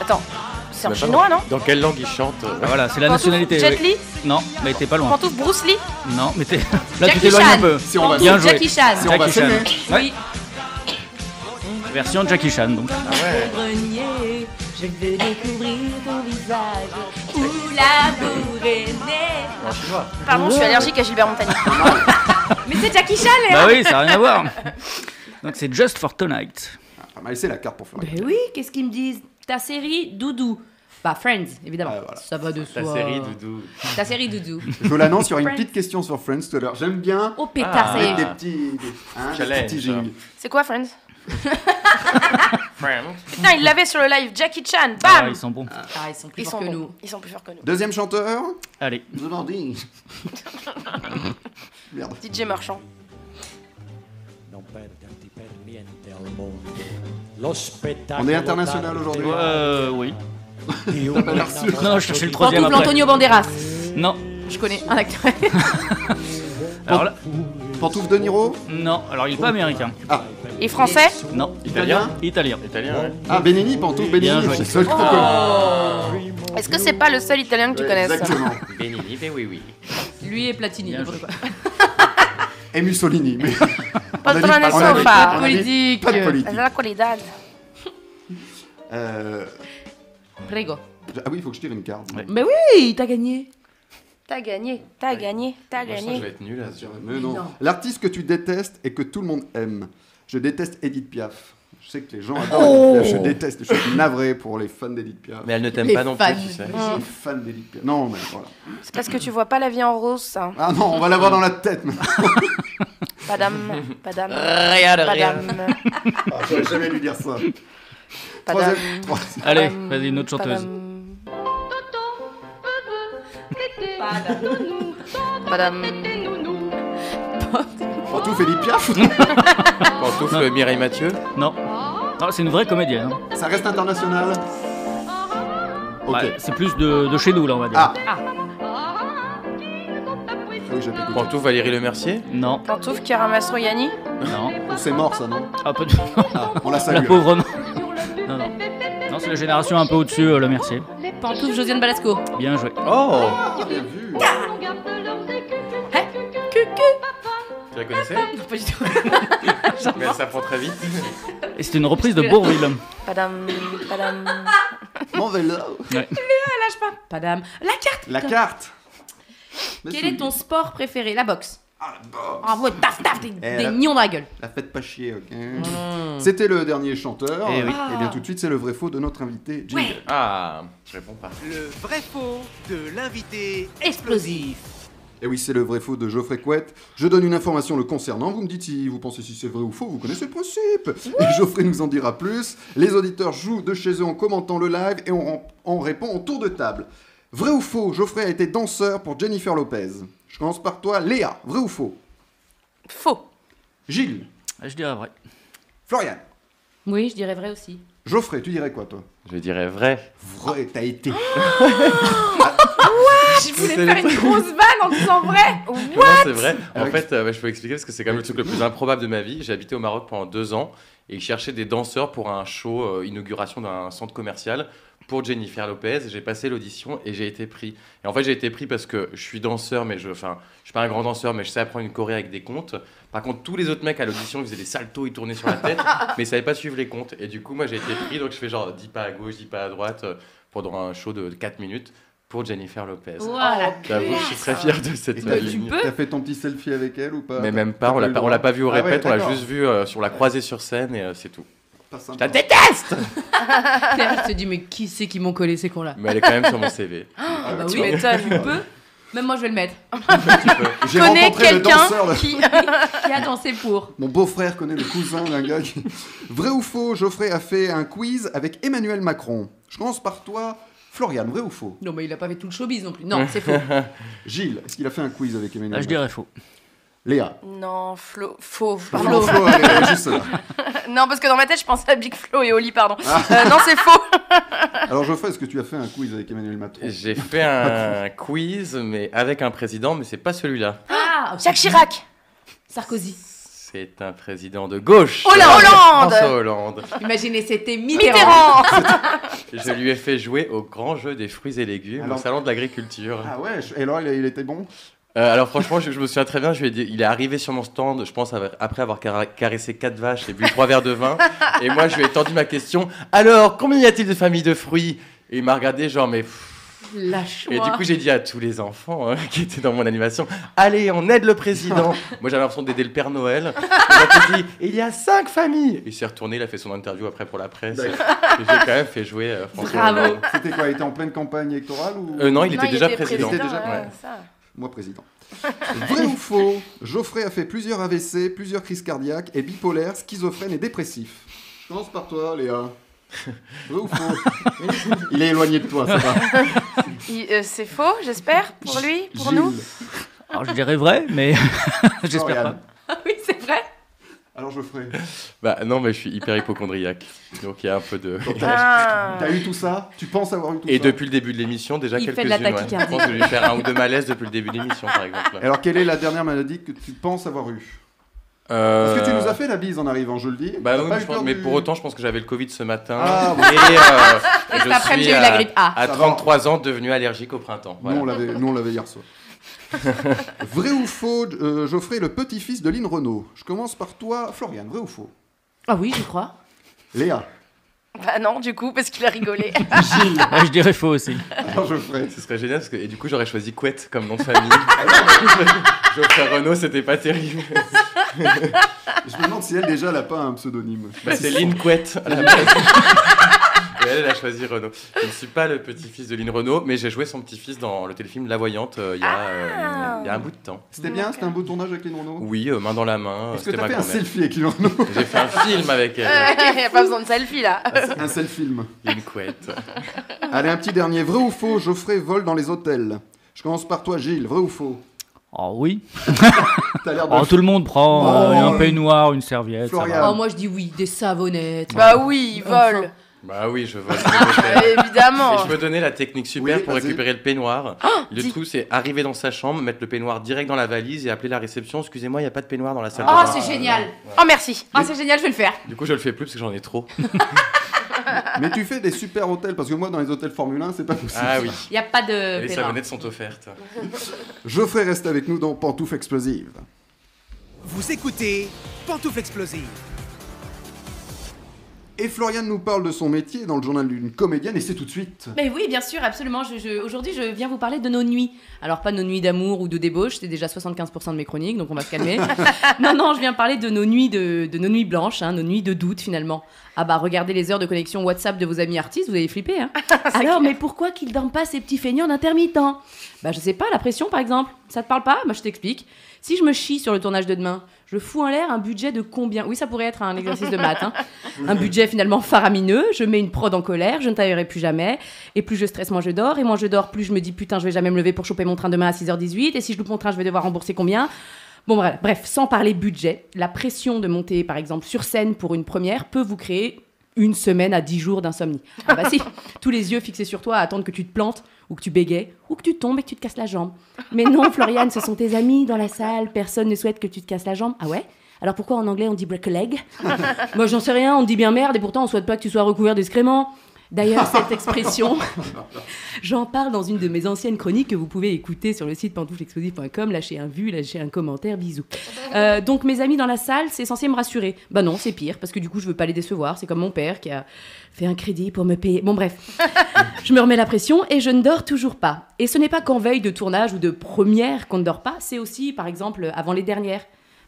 Speaker 6: Attends, c'est en
Speaker 5: Bah,
Speaker 6: chinois, non
Speaker 5: pardon. Dans quelle langue il chante euh,
Speaker 4: Ah, Voilà, c'est la
Speaker 6: Pantoufle,
Speaker 4: nationalité.
Speaker 6: Jet
Speaker 4: oui.
Speaker 6: Li
Speaker 4: Non, mais t'es pas loin.
Speaker 6: Pantoufle Bruce Lee
Speaker 4: Non, mais t'es. Là,
Speaker 3: Jackie
Speaker 4: tu t'éloignes
Speaker 3: Chan.
Speaker 4: un peu.
Speaker 2: Si on va-
Speaker 4: Bien joué.
Speaker 3: Jackie Chan.
Speaker 2: Si on va
Speaker 4: Jackie Chan.
Speaker 2: s'aimer.
Speaker 4: Ouais. Version Jackie Chan, donc.
Speaker 5: Ah ouais.
Speaker 3: Grenier, je veux découvrir ton visage où la bourre est née.
Speaker 5: Ah, En chinois.
Speaker 6: Pardon, je suis allergique à Gilbert Montagnier.
Speaker 3: Mais c'est Jackie Chan,
Speaker 4: Bah oui, ça n'a rien à voir. Donc c'est Just for Tonight.
Speaker 2: femme. Allez, c'est la carte pour Florian.
Speaker 3: Ben oui, qu'est-ce qu'ils me disent Ta série, Doudou. Bah, Friends, évidemment.
Speaker 2: Ah, voilà.
Speaker 3: Ça va de soi.
Speaker 5: Ta série, Doudou.
Speaker 3: Ta série, Doudou.
Speaker 2: Je vous l'annonce, il y aura une
Speaker 3: Friends.
Speaker 2: petite question sur Friends tout à l'heure. J'aime bien
Speaker 3: Oh pétard,
Speaker 5: Ah,
Speaker 3: ça y
Speaker 2: mettre
Speaker 3: est.
Speaker 2: des petits, des, hein, des
Speaker 5: Challenge.
Speaker 2: petits jingles.
Speaker 6: C'est quoi, Friends
Speaker 5: Friends.
Speaker 6: Putain, il l'avait sur le live. Jackie Chan,
Speaker 4: Ah,
Speaker 6: bam
Speaker 4: ils sont bons.
Speaker 3: Ah, ils sont plus
Speaker 6: Ils
Speaker 3: forts
Speaker 6: sont
Speaker 3: que
Speaker 6: bons.
Speaker 3: nous.
Speaker 6: Ils sont plus forts que nous.
Speaker 2: Deuxième chanteur,
Speaker 4: Allez,
Speaker 2: The Bandit. Merde.
Speaker 6: DJ Marchand.
Speaker 7: Non perderti per niente al mondo. Lo spettacolo.
Speaker 2: On est international aujourd'hui.
Speaker 4: euh, oui.
Speaker 7: Io
Speaker 4: Non, je cherchais le troisième
Speaker 3: Par contre,
Speaker 4: après.
Speaker 3: l'Antonio Banderas.
Speaker 4: Non,
Speaker 3: Je connais un acteur.
Speaker 4: alors là,
Speaker 2: Pantouf de Niro
Speaker 4: non, alors il est pas américain.
Speaker 6: Et français
Speaker 4: Non,
Speaker 5: Italien
Speaker 4: italien.
Speaker 5: Italien, hein? ouais.
Speaker 2: Ah, Benini, Pantouf,
Speaker 4: Bien
Speaker 2: Benini,
Speaker 4: joué.
Speaker 2: c'est le seul qu'on
Speaker 3: Oh.
Speaker 6: Est-ce que c'est pas le seul italien que tu
Speaker 2: connaît.
Speaker 6: connaisses
Speaker 2: Exactement.
Speaker 5: Benini, ben oui, oui.
Speaker 3: Lui et Platini.
Speaker 4: Bien
Speaker 3: n'importe quoi.
Speaker 2: Et Mussolini. Mais
Speaker 6: Pas
Speaker 2: on a
Speaker 6: de
Speaker 2: dit-
Speaker 6: la
Speaker 2: on a dit-
Speaker 6: sofa.
Speaker 2: on a dit
Speaker 3: Politique.
Speaker 2: Pas de politique.
Speaker 6: La qualità.
Speaker 2: Euh,
Speaker 3: Prego.
Speaker 2: ah oui, il faut que je tire une carte.
Speaker 4: Ouais.
Speaker 3: Mais oui, t'as gagné.
Speaker 6: T'as gagné, t'as gagné, t'as
Speaker 5: Moi, je sens que je vais
Speaker 6: gagné.
Speaker 5: être nul à ce genre.
Speaker 2: Mais non.
Speaker 3: Non.
Speaker 2: L'artiste que tu détestes et que tout le monde aime. Je déteste Edith Piaf. Je sais que les gens adorent
Speaker 3: Oh.
Speaker 2: Edith Piaf. Je déteste. Je suis navré pour les fans d'Edith Piaf.
Speaker 5: Mais elle ne t'aime
Speaker 3: Les
Speaker 5: pas non
Speaker 3: fans.
Speaker 5: plus, tu sais.
Speaker 2: Je suis fan d'Edith Piaf. Non, mais voilà.
Speaker 6: C'est parce que tu vois pas la vie en rose, hein. ça.
Speaker 2: Ah non, on va l'avoir dans la tête. mais-
Speaker 6: Padam, padam,
Speaker 4: Euh,
Speaker 5: Rien de rien.
Speaker 6: padam,
Speaker 2: Ah, J'aurais jamais lui dire ça.
Speaker 6: padam.
Speaker 2: Troisième- trois-
Speaker 4: Allez,
Speaker 6: padam,
Speaker 4: vas-y, une autre chanteuse.
Speaker 6: padam. Padam.
Speaker 2: Pantouf Edith Piaf.
Speaker 5: Pantoufle Mireille Mathieu.
Speaker 4: Non. Non, c'est une vraie comédienne. hein.
Speaker 2: Ça reste international. Ok.
Speaker 4: Ouais, c'est plus de, de chez nous, là, on va dire.
Speaker 2: Ah. Ah oui, j'avais écouté.
Speaker 5: Pantoufle Valérie Lemercier.
Speaker 4: Non,
Speaker 6: Pantouf, Karamastroyani.
Speaker 4: non.
Speaker 2: Oh, C'est mort, ça, non
Speaker 4: Ah, peu de-
Speaker 2: Ah, On la
Speaker 4: La
Speaker 2: salue.
Speaker 4: pauvre. Non, non. Non, c'est la génération un peu au-dessus, euh, le Mercier.
Speaker 3: Pantouf, Josiane Balasco.
Speaker 4: Bien joué.
Speaker 5: Oh
Speaker 2: Ah, bien vu.
Speaker 5: Tu la connaissais
Speaker 3: Non, pas du tout.
Speaker 5: Mais elle s'apprend très vite.
Speaker 4: Et c'était une reprise de Bourville.
Speaker 6: Padam, padam.
Speaker 2: Mon vélo.
Speaker 3: Padam. La carte.
Speaker 2: La carte. Mais
Speaker 3: Quel
Speaker 2: c'est-
Speaker 3: est ton sport préféré La boxe.
Speaker 2: Ah, bon.
Speaker 3: Ah ouais, taf, taf, des,
Speaker 2: Eh,
Speaker 3: des
Speaker 2: là-
Speaker 3: nions dans la gueule.
Speaker 2: La fête pas chier, ok
Speaker 3: Hmm.
Speaker 2: C'était le dernier chanteur.
Speaker 4: Eh oui.
Speaker 2: Et bien tout de suite, c'est le vrai faux de notre invité, Jingle.
Speaker 5: Ah, je réponds pas.
Speaker 1: Le vrai faux de l'invité
Speaker 3: Explosif.
Speaker 2: Et Eh oui, c'est le vrai faux de Geoffrey Couette. Je donne une information le concernant. Vous me dites si vous pensez si c'est vrai ou faux. Vous connaissez le principe. Et Geoffrey nous en dira plus. Les auditeurs jouent de chez eux en commentant le live et on, on répond en tour de table. Vrai ou faux, Geoffrey a été danseur pour Jennifer Lopez. Je commence par toi, Léa. Vrai ou faux
Speaker 6: Faux.
Speaker 2: Gilles,
Speaker 4: Ah, Je dirais vrai.
Speaker 2: Florian,
Speaker 3: Oui, je dirais vrai aussi.
Speaker 2: Geoffrey, tu dirais quoi, toi
Speaker 5: Je dirais vrai.
Speaker 2: Vrai,
Speaker 3: Ah.
Speaker 2: t'as été.
Speaker 3: Je voulais faire une grosse balle en disant vrai.
Speaker 5: Comment c'est vrai En
Speaker 2: Avec-
Speaker 5: fait, euh, bah, je peux expliquer parce que c'est quand même le truc le plus improbable de ma vie. J'ai habité au Maroc pendant deux ans et je cherchais des danseurs pour un show euh, inauguration d'un centre commercial pour Jennifer Lopez. J'ai passé l'audition et j'ai été pris. Et en fait, j'ai été pris parce que je suis danseur, mais je, enfin, je suis pas un grand danseur, mais je sais apprendre une choré avec des comptes. Par contre, tous les autres mecs à l'audition, ils faisaient des saltos, ils tournaient sur la tête, mais ils savaient pas suivre les comptes. Et du coup, moi, j'ai été pris, donc je fais genre 10 pas à gauche, 10 pas à droite euh, pendant un show de 4 minutes pour Jennifer Lopez.
Speaker 3: Voilà.
Speaker 5: J'avoue, je suis très fier de cette
Speaker 3: Bah,
Speaker 2: t'as-
Speaker 5: ligne.
Speaker 3: Ah.
Speaker 2: T'as fait ton petit selfie avec elle ou pas
Speaker 5: Mais même pas, on l'a pas, on l'a pas vu au
Speaker 2: Ah ouais,
Speaker 5: répète, on l'a
Speaker 2: d'accord.
Speaker 5: juste vu euh, sur la croisée sur scène et euh, c'est tout.
Speaker 2: Pas
Speaker 5: Je
Speaker 2: sympa.
Speaker 5: la déteste
Speaker 3: Claire, je te dis, mais qui c'est qui m'ont collé ces cons-là
Speaker 5: Mais elle est quand même sur mon CV.
Speaker 3: Ah bah
Speaker 2: tu
Speaker 3: oui,
Speaker 2: vois.
Speaker 3: tu peux. Même moi, je vais le mettre.
Speaker 2: J'ai
Speaker 6: Connais
Speaker 2: rencontré le
Speaker 6: quelqu'un
Speaker 2: danseur. là.
Speaker 6: qui.
Speaker 3: Qui a dansé pour
Speaker 2: Mon beau-frère connaît le cousin d'un gars. qui- Vrai ou faux, Geoffrey a fait un quiz avec Emmanuel Macron. Je commence par toi, Florian. Vrai ou faux
Speaker 3: Non, mais il a pas fait tout le showbiz non plus. Non, c'est faux. Ah,
Speaker 2: Gilles, est-ce qu'il a fait un quiz avec Emmanuel
Speaker 4: Ah, je
Speaker 2: Macron
Speaker 4: dirais faux.
Speaker 2: Léa.
Speaker 6: Non, Flo. Faux.
Speaker 2: Flo,
Speaker 6: Pardon.
Speaker 2: Flo, elle est juste là.
Speaker 6: Non, parce que dans ma tête, je pensais à Big Flo et Oli, pardon. Euh, non, c'est faux.
Speaker 2: Alors Geoffrey, est-ce que tu as fait un quiz avec Emmanuel Macron
Speaker 5: J'ai fait un quiz mais avec un président, mais c'est pas celui-là.
Speaker 3: Ah,
Speaker 6: Jacques Chirac.
Speaker 3: Sarkozy.
Speaker 5: C'est un président de gauche.
Speaker 2: Oh
Speaker 6: Hollande.
Speaker 5: François Hollande.
Speaker 3: Imaginez, c'était Mitterrand.
Speaker 6: Mitterrand.
Speaker 5: Je lui ai fait jouer au grand jeu des fruits et légumes
Speaker 2: Alors-
Speaker 5: au salon de l'agriculture.
Speaker 2: Ah ouais, je- et alors il, il était bon
Speaker 5: Euh, alors franchement, je, je me souviens très bien, je lui ai dit, il est arrivé sur mon stand, je pense avoir- après avoir cara- caressé quatre vaches et bu trois verres de vin, et moi je lui ai tendu ma question. Alors, combien y a-t-il de familles de fruits Et il m'a regardé genre mais pff,
Speaker 3: Lâche-moi.
Speaker 5: Et du coup, j'ai dit à tous les enfants euh, qui étaient dans mon animation Allez, on aide le président Moi, j'avais l'impression d'aider le Père Noël. Il m'a dit Il y a cinq familles Il s'est retourné, il a fait son interview après pour la presse. Et
Speaker 2: D'accord.
Speaker 5: J'ai quand même fait jouer euh, François
Speaker 3: Bravo.
Speaker 5: Hollande.
Speaker 2: C'était quoi Il était en pleine campagne électorale ou
Speaker 5: Euh, non, il était déjà président.
Speaker 2: Il était déjà-
Speaker 6: ouais,
Speaker 5: ouais.
Speaker 6: ça.
Speaker 2: Moi, président. Vrai ou faux Geoffrey a fait plusieurs AVC, plusieurs crises cardiaques, est bipolaire, schizophrène et dépressif. Je commence par toi, Léa. Vrai ou faux Il est éloigné de toi, ça va.
Speaker 6: Il- euh, c'est faux, j'espère, pour lui, pour
Speaker 2: Gilles.
Speaker 6: nous.
Speaker 4: Alors, je dirais vrai, mais j'espère pas.
Speaker 2: Florian.
Speaker 3: Ah oui, c'est vrai.
Speaker 2: Alors, Geoffrey,
Speaker 5: Bah non, mais je suis hyper hypochondriaque. Donc il y a un peu de.
Speaker 2: donc, t'as
Speaker 6: Ah.
Speaker 2: t'as eu tout ça Tu penses avoir eu tout
Speaker 5: Et
Speaker 2: ça
Speaker 5: depuis le début de l'émission, déjà
Speaker 3: Il fait de
Speaker 5: quelques-unes.
Speaker 3: la
Speaker 5: ouais. Je
Speaker 3: tachycardie.
Speaker 5: pense que je vais faire un ou deux malaises depuis le début de l'émission, par exemple.
Speaker 2: Alors, quelle est la dernière maladie que tu penses avoir eue
Speaker 5: Euh,
Speaker 2: Parce que tu nous as fait la bise en arrivant, je le dis.
Speaker 5: Bah
Speaker 2: T'as
Speaker 5: oui,
Speaker 2: pas
Speaker 5: mais,
Speaker 2: eu
Speaker 5: je pense-
Speaker 2: peur
Speaker 5: mais
Speaker 2: du-
Speaker 5: pour autant, je pense que j'avais le Covid ce matin.
Speaker 2: Ah,
Speaker 5: et euh,
Speaker 3: Cet
Speaker 5: je
Speaker 3: après-midi,
Speaker 5: suis
Speaker 3: j'ai eu la
Speaker 5: à-
Speaker 3: grippe A.
Speaker 5: À
Speaker 2: Ça va.
Speaker 5: 33 ans, devenu allergique au printemps. Voilà.
Speaker 2: Nous, on l'avait- nous, on l'avait hier soir. vrai ou faux, euh, Geoffrey est le petit-fils de Lynn Renault. Je commence par toi, Florian, vrai ou faux
Speaker 3: Ah oui, je crois.
Speaker 2: Léa.
Speaker 6: Bah non, du coup, parce qu'il a rigolé.
Speaker 4: Ouais, Ah, je dirais faux aussi.
Speaker 2: Alors Geoffrey.
Speaker 5: Ce serait génial parce que et du coup j'aurais choisi Couette comme nom de famille.
Speaker 2: Ah
Speaker 5: Geoffrey Renault, c'était pas terrible.
Speaker 2: Je me demande si elle déjà n'a pas un pseudonyme.
Speaker 5: Bah, c'est Lynn Couette à la base. Et elle, elle a choisi Renault. Je ne suis pas le petit-fils de Lynn Renault, mais j'ai joué son petit-fils dans le téléfilm La Voyante euh, il y, a,
Speaker 3: Ah.
Speaker 5: euh, il y a un bout de temps.
Speaker 2: C'était bien, c'était un beau tournage avec Lynn Renault.
Speaker 5: Oui, euh, main dans la main.
Speaker 2: Est-ce que
Speaker 5: c'était
Speaker 2: t'as
Speaker 5: ma
Speaker 2: fait un
Speaker 5: grand-mère.
Speaker 2: selfie avec Lynn Renault
Speaker 5: J'ai fait un film avec elle,
Speaker 6: Euh, Il n'y a pas besoin de selfie là.
Speaker 5: Ah,
Speaker 2: Un self-film.
Speaker 5: Lynn Couette.
Speaker 2: Allez, un petit dernier. Vrai ou faux, Geoffrey vole dans les hôtels. Je commence par toi, Gilles. Vrai ou faux
Speaker 4: Oh oui.
Speaker 2: T'as l'air de...
Speaker 4: Oh, tout le monde prend euh,
Speaker 2: Oh,
Speaker 4: un peignoir, une serviette. ça va.
Speaker 2: Florian.
Speaker 3: Oh, moi je dis oui, des savonnettes.
Speaker 6: Euh. Bah oui, il
Speaker 3: Enfin.
Speaker 6: vole. Euh,
Speaker 5: Bah oui, je vois. je me fais.
Speaker 6: Évidemment.
Speaker 5: Et je peux donner la technique super
Speaker 2: Oui,
Speaker 5: pour
Speaker 2: vas-y.
Speaker 5: récupérer le peignoir.
Speaker 3: Oh,
Speaker 5: le
Speaker 6: dis-
Speaker 5: truc, c'est arriver dans sa chambre, mettre le peignoir direct dans la valise et appeler la réception. Excusez-moi, il n'y a pas de peignoir dans la salle. de
Speaker 3: Oh,
Speaker 5: bain.
Speaker 3: c'est génial.
Speaker 6: Oh merci.
Speaker 3: Oh, c'est génial, je vais le faire.
Speaker 5: Du coup, je le fais plus parce que j'en ai trop.
Speaker 2: Mais tu fais des super hôtels, parce que moi, dans les hôtels Formule 1, c'est pas possible.
Speaker 5: Ah oui.
Speaker 3: Il n'y a pas de.
Speaker 5: Et les
Speaker 3: pénal.
Speaker 5: savonnettes sont offertes.
Speaker 2: Geoffrey reste avec nous dans Pantoufles Explosives.
Speaker 1: Vous écoutez Pantoufle Explosive.
Speaker 2: Et Florian nous parle de son métier dans le journal d'une comédienne, et c'est tout de suite.
Speaker 3: Mais oui, bien sûr, absolument. Je- je- Aujourd'hui, je viens vous parler de nos nuits. Alors, pas nos nuits d'amour ou de débauche, c'est déjà 75% de mes chroniques, donc on va se calmer. non, non, je viens parler de nos nuits, de, de nos nuits blanches, hein, nos nuits de doute finalement. Ah bah, regardez les heures de connexion WhatsApp de vos amis artistes, vous allez flipper. Hein. Alors, mais pourquoi qu'ils dorment pas ces petits feignants d'intermittents Bah, je sais pas, la pression par exemple. Ça te parle pas Bah, je t'explique. Si je me chie sur le tournage de demain, je fous en l'air un budget de combien Oui, ça pourrait être un exercice de maths. hein. Un budget finalement faramineux, je mets une prod en colère, je ne taillerai plus jamais. Et plus je stresse, moins je dors. Et moins je dors, plus je me dis putain, je vais jamais me lever pour choper mon train demain à 6h18. Et si je loupe mon train, je vais devoir rembourser combien Bon, voilà. Bref, sans parler budget, la pression de monter, par exemple, sur scène pour une première peut vous créer une semaine à 10 jours d'insomnie. Ah bah si, tous les yeux fixés sur toi à attendre que tu te plantes, ou que tu bégayes, ou que tu tombes et que tu te casses la jambe. Mais non, Floriane, ce sont tes amis dans la salle, personne ne souhaite que tu te casses la jambe. Ah ouais alors pourquoi en anglais on dit break a leg Moi j'en sais rien, on dit bien merde et pourtant on souhaite pas que tu sois recouvert d'excréments. D'ailleurs cette expression, J'en parle dans une de mes anciennes chroniques que vous pouvez écouter sur le site pantouflexplosive.com. Lâchez un vu, lâchez un commentaire, bisous. Euh, donc mes amis dans la salle, c'est censé me rassurer. Bah non, c'est pire, parce que du coup, je veux pas les décevoir. C'est comme mon père qui a fait un crédit pour me payer. Bon, bref. je me remets la pression et je ne dors toujours pas. Et ce n'est pas qu'en veille de tournage ou de première qu'on ne dort pas, c'est aussi, par exemple, avant les dernières.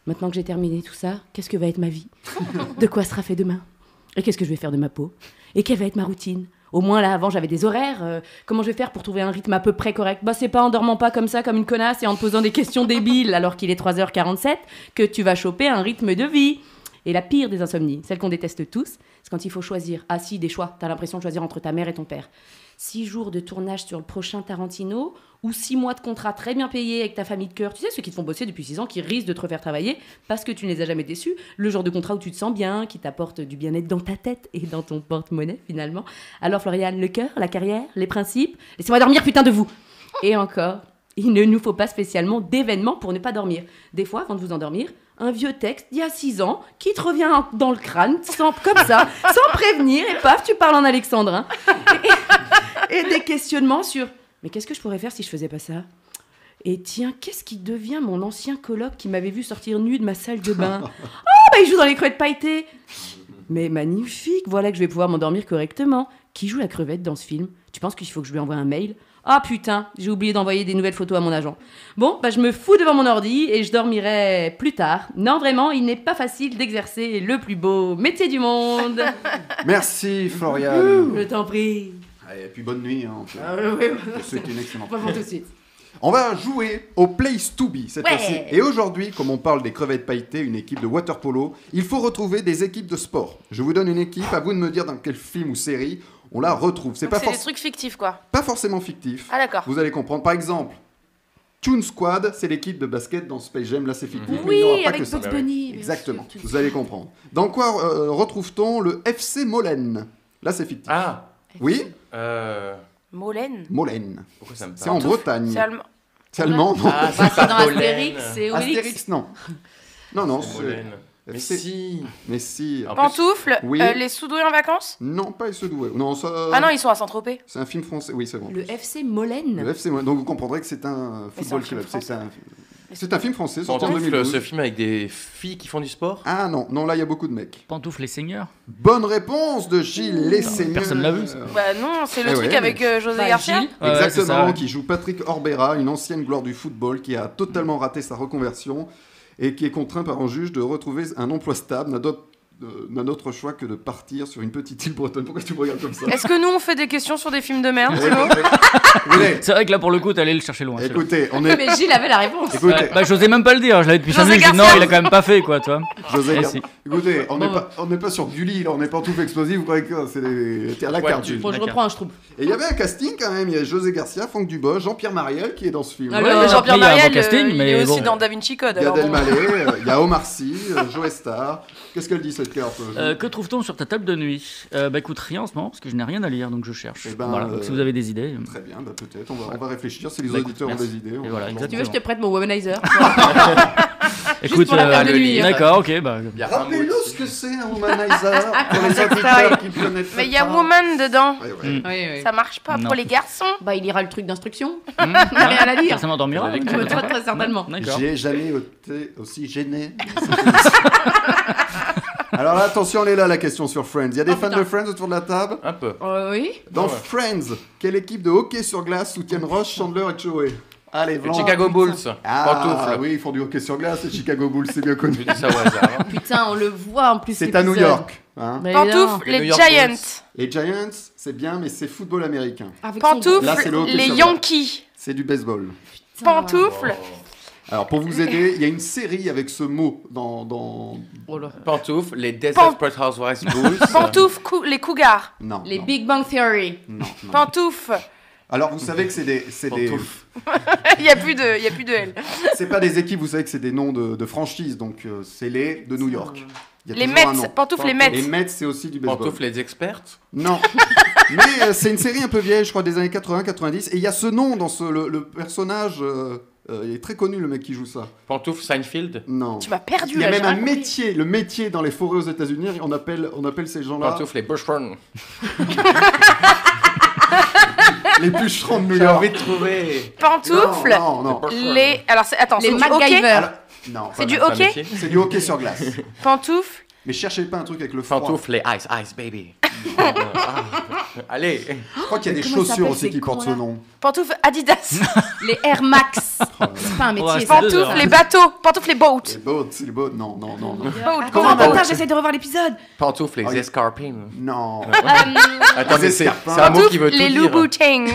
Speaker 3: Maintenant que j'ai terminé tout ça, qu'est-ce que va être ma vie De quoi sera fait demain Et qu'est-ce que je vais faire de ma peau Et quelle va être ma routine Au moins là, avant, j'avais des horaires. euh, comment je vais faire pour trouver un rythme à peu près correct Bah, c'est pas en dormant pas comme ça, comme une connasse, et en te posant des questions débiles alors qu'il est 3h47 que tu vas choper un rythme de vie. Et la pire des insomnies, celle qu'on déteste tous, c'est quand il faut choisir. Ah si, des choix. T'as l'impression de choisir entre ta mère et ton père. Six jours de tournage sur le prochain Tarantino ou six mois de contrat très bien payé avec ta famille de cœur. Tu sais, ceux qui te font bosser depuis six ans, qui risquent de te refaire travailler parce que tu ne les as jamais déçus. Le genre de contrat où tu te sens bien, qui t'apporte du bien-être dans ta tête et dans ton porte-monnaie finalement. Alors Floriane, le cœur, la carrière, les principes, laissez-moi dormir putain de vous Et encore, il ne nous faut pas spécialement d'événements pour ne pas dormir. Des fois, avant de vous endormir, un vieux texte d'il y a 6 ans qui te revient en- dans le crâne, sans, comme ça, sans prévenir, et paf, tu parles en alexandrin. Et, et des questionnements sur Mais qu'est-ce que je pourrais faire si je faisais pas ça Et tiens, qu'est-ce qui devient mon ancien coloc qui m'avait vu sortir nu de ma salle de bain Oh, bah il joue dans les crevettes pailletées Mais magnifique, voilà que je vais pouvoir m'endormir correctement. Qui joue la crevette dans ce film Tu penses qu'il faut que je lui envoie un mail Ah putain, j'ai oublié d'envoyer des nouvelles photos à mon agent. Bon, bah je me fous devant mon ordi et je dormirai plus tard. Non, vraiment, il n'est pas facile d'exercer le plus beau métier du monde.
Speaker 2: Merci, Florian.
Speaker 3: je t'en prie.
Speaker 2: Et puis bonne nuit. hein, on te-
Speaker 3: Ah, oui, oui.
Speaker 2: je te souhaite une excellente
Speaker 3: Pas pour tout de suite.
Speaker 2: On va jouer au Place to Be cette
Speaker 3: Ouais.
Speaker 2: fois-ci. Et aujourd'hui, comme on parle des crevettes pailletées, une équipe de water polo, il faut retrouver des équipes de sport. Je vous donne une équipe, à vous de me dire dans quel film ou série on la retrouve. C'est
Speaker 6: Donc
Speaker 2: pas,
Speaker 6: C'est
Speaker 2: forc-
Speaker 6: des trucs fictifs, quoi.
Speaker 2: pas forcément fictif.
Speaker 6: Ah, d'accord.
Speaker 2: Vous allez comprendre. Par exemple, Toon Squad, c'est l'équipe de basket dans Space Jam. Là, c'est fictif. mais il n'y
Speaker 3: Mhm. Oui,
Speaker 2: aura pas
Speaker 3: avec
Speaker 2: que ça.
Speaker 3: Bugs Bunny. bien
Speaker 2: Exactement.
Speaker 3: sûr, tu-
Speaker 2: Vous allez comprendre. Dans quoi euh, retrouve-t-on le FC Molène Là, c'est fictif.
Speaker 5: Ah
Speaker 2: Oui,
Speaker 5: euh,
Speaker 6: Molène
Speaker 2: Molène.
Speaker 5: Pourquoi ça me
Speaker 2: C'est en
Speaker 5: parle
Speaker 2: Bretagne.
Speaker 6: C'est allemand.
Speaker 2: C'est allemand, non
Speaker 5: Ah,
Speaker 3: Bah, c'est dans
Speaker 5: Pollen.
Speaker 3: Astérix et Obélix.
Speaker 2: Astérix, non. Non, non, c'est-
Speaker 5: Pollen. Mais
Speaker 2: c'est-
Speaker 5: si
Speaker 2: Mais si.
Speaker 5: Ah. En plus-
Speaker 6: Pantoufles
Speaker 2: Oui.
Speaker 6: euh, Les soudoués en vacances
Speaker 2: Non, pas se douer. Non, ça.
Speaker 6: Ah non, ils sont à Saint-Tropez.
Speaker 2: C'est un film français. Oui, c'est bon.
Speaker 3: Le FC Molène.
Speaker 2: Le FC Monaco. Donc vous comprendrez que c'est un
Speaker 6: Mais c'est un
Speaker 2: football
Speaker 6: film
Speaker 2: club. C'est un...
Speaker 6: Mais
Speaker 2: c'est un film français sorti en
Speaker 5: Pantoufle, ce
Speaker 2: 2012.
Speaker 5: film avec des filles qui font du sport
Speaker 2: Ah non, non, là il y a beaucoup de mecs.
Speaker 4: Pantoufles les seigneurs
Speaker 2: Bonne réponse de Gilles Euh, Lesseigneur.
Speaker 4: personne l'a vu, ça.
Speaker 6: Bah non, c'est le
Speaker 2: Eh
Speaker 6: truc
Speaker 2: ouais,
Speaker 6: avec euh, José
Speaker 3: Bah,
Speaker 6: Garcia.
Speaker 3: Gilles.
Speaker 4: Ouais, c'est
Speaker 2: Exactement,
Speaker 4: ça, ouais.
Speaker 2: qui joue Patrick Orbera, une ancienne gloire du football qui a totalement raté sa reconversion et qui est contraint par un juge de retrouver un emploi stable, n'a d'autre euh, n'a d'autre choix que de partir sur une petite île bretonne. Pourquoi tu me regardes comme ça
Speaker 6: Est-ce que nous on fait des questions sur des films de merde
Speaker 2: Eh, eh, eh,
Speaker 4: C'est vrai que là, pour le coup, t'allais le chercher loin.
Speaker 2: eh,
Speaker 4: celui-là.
Speaker 2: Écoutez, on est,
Speaker 3: Ah, Mais Gilles avait la réponse.
Speaker 2: écoutez,
Speaker 4: Ouais, bah, j'osais même pas le dire, je l'avais depuis 5
Speaker 6: José
Speaker 4: minutes, je dis non,
Speaker 6: Garcia.
Speaker 4: il a quand même pas fait, quoi, toi.
Speaker 2: José,
Speaker 4: Eh,
Speaker 2: Gar-
Speaker 4: si.
Speaker 2: écoutez, on n'est
Speaker 4: Oh.
Speaker 3: Bon.
Speaker 2: pas, on n'est pas sur Gulli, là, on n'est pas en tout explosif, vous croyez que c'est des terres à la
Speaker 5: Ouais,
Speaker 2: carte.
Speaker 5: tu-
Speaker 3: Bon, je
Speaker 4: D'accord.
Speaker 3: reprends, je trouve.
Speaker 2: Et il y avait un casting quand même, il y avait José Garcia, Franck Dubos, Jean-Pierre Mariel qui est dans ce film.
Speaker 3: Ah,
Speaker 4: Ouais,
Speaker 3: le-
Speaker 4: mais
Speaker 6: Jean-Pierre
Speaker 4: après, il y a un
Speaker 6: Mariel,
Speaker 4: bon casting,
Speaker 6: euh, il
Speaker 4: mais
Speaker 6: est
Speaker 4: bon.
Speaker 6: aussi dans Da Vinci Code.
Speaker 2: Gad
Speaker 6: alors bon.
Speaker 2: Elmaleh, euh, il y a Omar Sy, euh, Joe Star. Qu'est-ce qu'elle dit cette carte euh,
Speaker 4: Euh, que trouve-t-on sur ta table de nuit Euh, Bah écoute, rien en ce moment, parce que je n'ai rien à lire, donc je cherche.
Speaker 2: Eh ben,
Speaker 4: voilà, donc
Speaker 2: euh,
Speaker 4: si vous avez des idées. euh,
Speaker 2: Très bien, bah, peut-être, on va, on va réfléchir si les
Speaker 4: Bah, écoute,
Speaker 2: auditeurs ont
Speaker 4: merci.
Speaker 2: des idées. on-
Speaker 4: Et voilà,
Speaker 2: on-
Speaker 3: Tu veux, je
Speaker 4: exactement.
Speaker 3: te prête mon womanizer.
Speaker 4: Écoute, euh,
Speaker 3: pour la table
Speaker 5: de nuit.
Speaker 4: D'accord, ok, bah.
Speaker 5: Il y a un mot
Speaker 2: Rappelez-nous
Speaker 5: dessus.
Speaker 2: ce que c'est un womanizer pour les auditeurs qui ne connaissent
Speaker 6: Mais il y a
Speaker 2: pas.
Speaker 6: Woman dedans.
Speaker 2: Ouais, ouais.
Speaker 4: Mm.
Speaker 3: oui, oui.
Speaker 6: Ça marche pas
Speaker 4: Non.
Speaker 6: pour les garçons.
Speaker 3: Bah, il ira le truc d'instruction.
Speaker 4: Mm.
Speaker 3: T'as rien à lire.
Speaker 4: Ça m'endormira.
Speaker 5: Avec
Speaker 4: hein,
Speaker 5: toi,
Speaker 4: d'accord.
Speaker 3: toi, très certainement.
Speaker 4: D'accord.
Speaker 2: J'ai jamais été aussi gêné. Alors là, attention, on est là la question sur Friends. Il y a des
Speaker 3: Oh,
Speaker 2: fans
Speaker 3: putain.
Speaker 2: de Friends autour de la table
Speaker 5: Un peu.
Speaker 3: Euh, oui.
Speaker 2: Dans
Speaker 5: Ouais.
Speaker 2: Friends, quelle équipe de hockey sur glace soutiennent Ross, Chandler et Chloé Allez,
Speaker 5: Le
Speaker 2: Blanc.
Speaker 5: Chicago Bulls.
Speaker 2: Ah
Speaker 5: Pantoufle.
Speaker 2: oui, ils font du hockey sur glace, les Chicago Bulls, c'est bien connu.
Speaker 5: J'ai dit ça au hasard. hein.
Speaker 3: Putain, on le voit en plus.
Speaker 2: C'est
Speaker 3: cet
Speaker 2: à New
Speaker 3: épisode.
Speaker 2: York. hein.
Speaker 3: Mais non.
Speaker 6: Pantoufles,
Speaker 5: Les
Speaker 6: les
Speaker 5: New York
Speaker 6: Giants.
Speaker 2: Les Giants, c'est bien, mais c'est football américain.
Speaker 3: Avec son
Speaker 6: Pantoufles,
Speaker 2: Là, c'est le hockey
Speaker 6: les
Speaker 2: sur
Speaker 6: Yankees.
Speaker 2: C'est du baseball.
Speaker 3: putain.
Speaker 6: Pantoufles,
Speaker 2: Alors, pour vous aider, il y a une série avec ce mot dans... dans...
Speaker 3: Oh là.
Speaker 5: Pantoufle, les
Speaker 6: Pan-
Speaker 5: Desperate Housewives Bulls.
Speaker 6: pantoufles, cou- les Cougars.
Speaker 2: Non.
Speaker 3: Les
Speaker 2: non,
Speaker 3: Big Bang Theory.
Speaker 2: non, non.
Speaker 6: Pantoufles.
Speaker 2: Alors, vous savez que c'est des... C'est des-
Speaker 5: Pantoufle.
Speaker 6: Il n'y a plus de, il y a plus de L.
Speaker 2: c'est pas des équipes, vous savez que c'est des noms de, de franchises, donc euh, c'est les de New York. Il y a
Speaker 6: Les
Speaker 2: toujours un
Speaker 6: Mets,
Speaker 2: nom.
Speaker 6: pantoufles, les
Speaker 2: Les
Speaker 6: Mets.
Speaker 2: Mets, c'est aussi du baseball.
Speaker 5: Pantoufle, les expertes.
Speaker 2: Non. Mais euh, c'est une série un peu vieille, je crois, des années 80-90. Et il y a ce nom dans ce, le, le personnage. euh, euh, il est très connu, le mec qui joue ça.
Speaker 5: Pantoufle, Seinfeld.
Speaker 2: Non.
Speaker 6: Tu m'as perdu
Speaker 2: Il y a
Speaker 6: là.
Speaker 2: même
Speaker 6: j'ai
Speaker 2: un
Speaker 6: rien compris.
Speaker 2: métier, le métier dans les forêts aux États-Unis. On appelle, on appelle ces gens-là
Speaker 5: Pantoufle, les Bushburn.
Speaker 2: les bûcherons de New York.
Speaker 5: trouver.
Speaker 6: Pantoufles,
Speaker 2: Non, non. non.
Speaker 6: les. Alors c'est- attends,
Speaker 3: Les
Speaker 6: c'est du hockey.
Speaker 3: MacGyver.
Speaker 2: Alors, non,
Speaker 6: C'est
Speaker 2: pas
Speaker 6: du
Speaker 2: mal.
Speaker 6: hockey.
Speaker 2: C'est du hockey sur glace.
Speaker 6: Pantoufles,
Speaker 2: Mais cherchez pas un truc avec le froid.
Speaker 5: Pantoufle, les Ice Ice Baby. Ah, Allez.
Speaker 2: Je crois qu'il y a
Speaker 3: Mais
Speaker 2: des
Speaker 3: comment
Speaker 2: chaussures
Speaker 3: ils s'appellent,
Speaker 2: aussi
Speaker 3: ces
Speaker 2: qui portent ce
Speaker 3: cons-là
Speaker 2: nom.
Speaker 6: pantoufles Adidas,
Speaker 3: Les Air Max. C'est pas un
Speaker 4: Ouais,
Speaker 3: métier.
Speaker 4: c'est
Speaker 3: ça.
Speaker 4: deux heures.
Speaker 6: pantoufles
Speaker 3: Ah,
Speaker 6: les bateaux, pantoufles les boats.
Speaker 2: Les boats, c'est les boats. Non, non, non, non.
Speaker 6: Boats.
Speaker 2: Comment
Speaker 3: Attends,
Speaker 2: on
Speaker 3: attends,
Speaker 2: appelle-
Speaker 3: j'essaie de revoir l'épisode.
Speaker 5: Pantoufle,
Speaker 2: Ah,
Speaker 5: les
Speaker 2: il-
Speaker 5: escarpines.
Speaker 2: Non.
Speaker 5: Attends, mais c'est
Speaker 2: escarpins.
Speaker 5: c'est un mot qui veut
Speaker 6: Euh, Pantoufles
Speaker 5: tout
Speaker 6: les
Speaker 5: dire.
Speaker 6: Louboutins,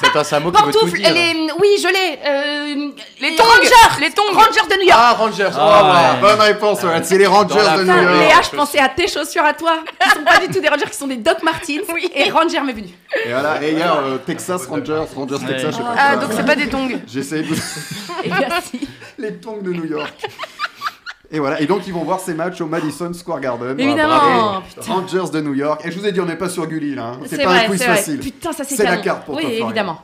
Speaker 5: C'est un- c'est un mot qui veut tout
Speaker 3: Pantoufles,
Speaker 5: dire.
Speaker 3: les. Oui, je l'ai. euh,
Speaker 6: les tongs,
Speaker 3: Rangers.
Speaker 6: les tongs.
Speaker 3: Rangers de New York.
Speaker 5: Ah, Rangers.
Speaker 4: Ah,
Speaker 5: oh, ouais.
Speaker 2: Bonne réponse, Lorenz. c'est les Rangers
Speaker 5: Dans la
Speaker 2: de
Speaker 5: table,
Speaker 2: New
Speaker 3: Putain,
Speaker 5: York.
Speaker 2: York.
Speaker 3: Léa, je pensais à tes chaussures à toi. Qui sont pas du tout des Rangers, qui sont des Doc Martens.
Speaker 6: Oui.
Speaker 3: Et Ranger m'est venu.
Speaker 2: Et voilà, et il y a euh, Texas Rangers, Rangers
Speaker 4: Ouais.
Speaker 2: Texas, je sais pas.
Speaker 6: Ah donc c'est pas des tongs.
Speaker 2: J'ai essayé de...
Speaker 3: Et merci.
Speaker 2: les tongs de New York. Et voilà, et donc ils vont voir ces matchs au Madison Square Garden.
Speaker 3: Évidemment.
Speaker 2: Et Rangers de New York. Et je vous ai dit, on n'est pas sur Gulli là. hein. C'est
Speaker 3: C'est
Speaker 2: pas un
Speaker 3: vrai,
Speaker 2: quiz
Speaker 3: c'est vrai.
Speaker 2: facile.
Speaker 3: Putain, ça c'est
Speaker 2: C'est la
Speaker 3: canon.
Speaker 2: carte pour
Speaker 3: Oui,
Speaker 2: toi, Florian.
Speaker 3: évidemment.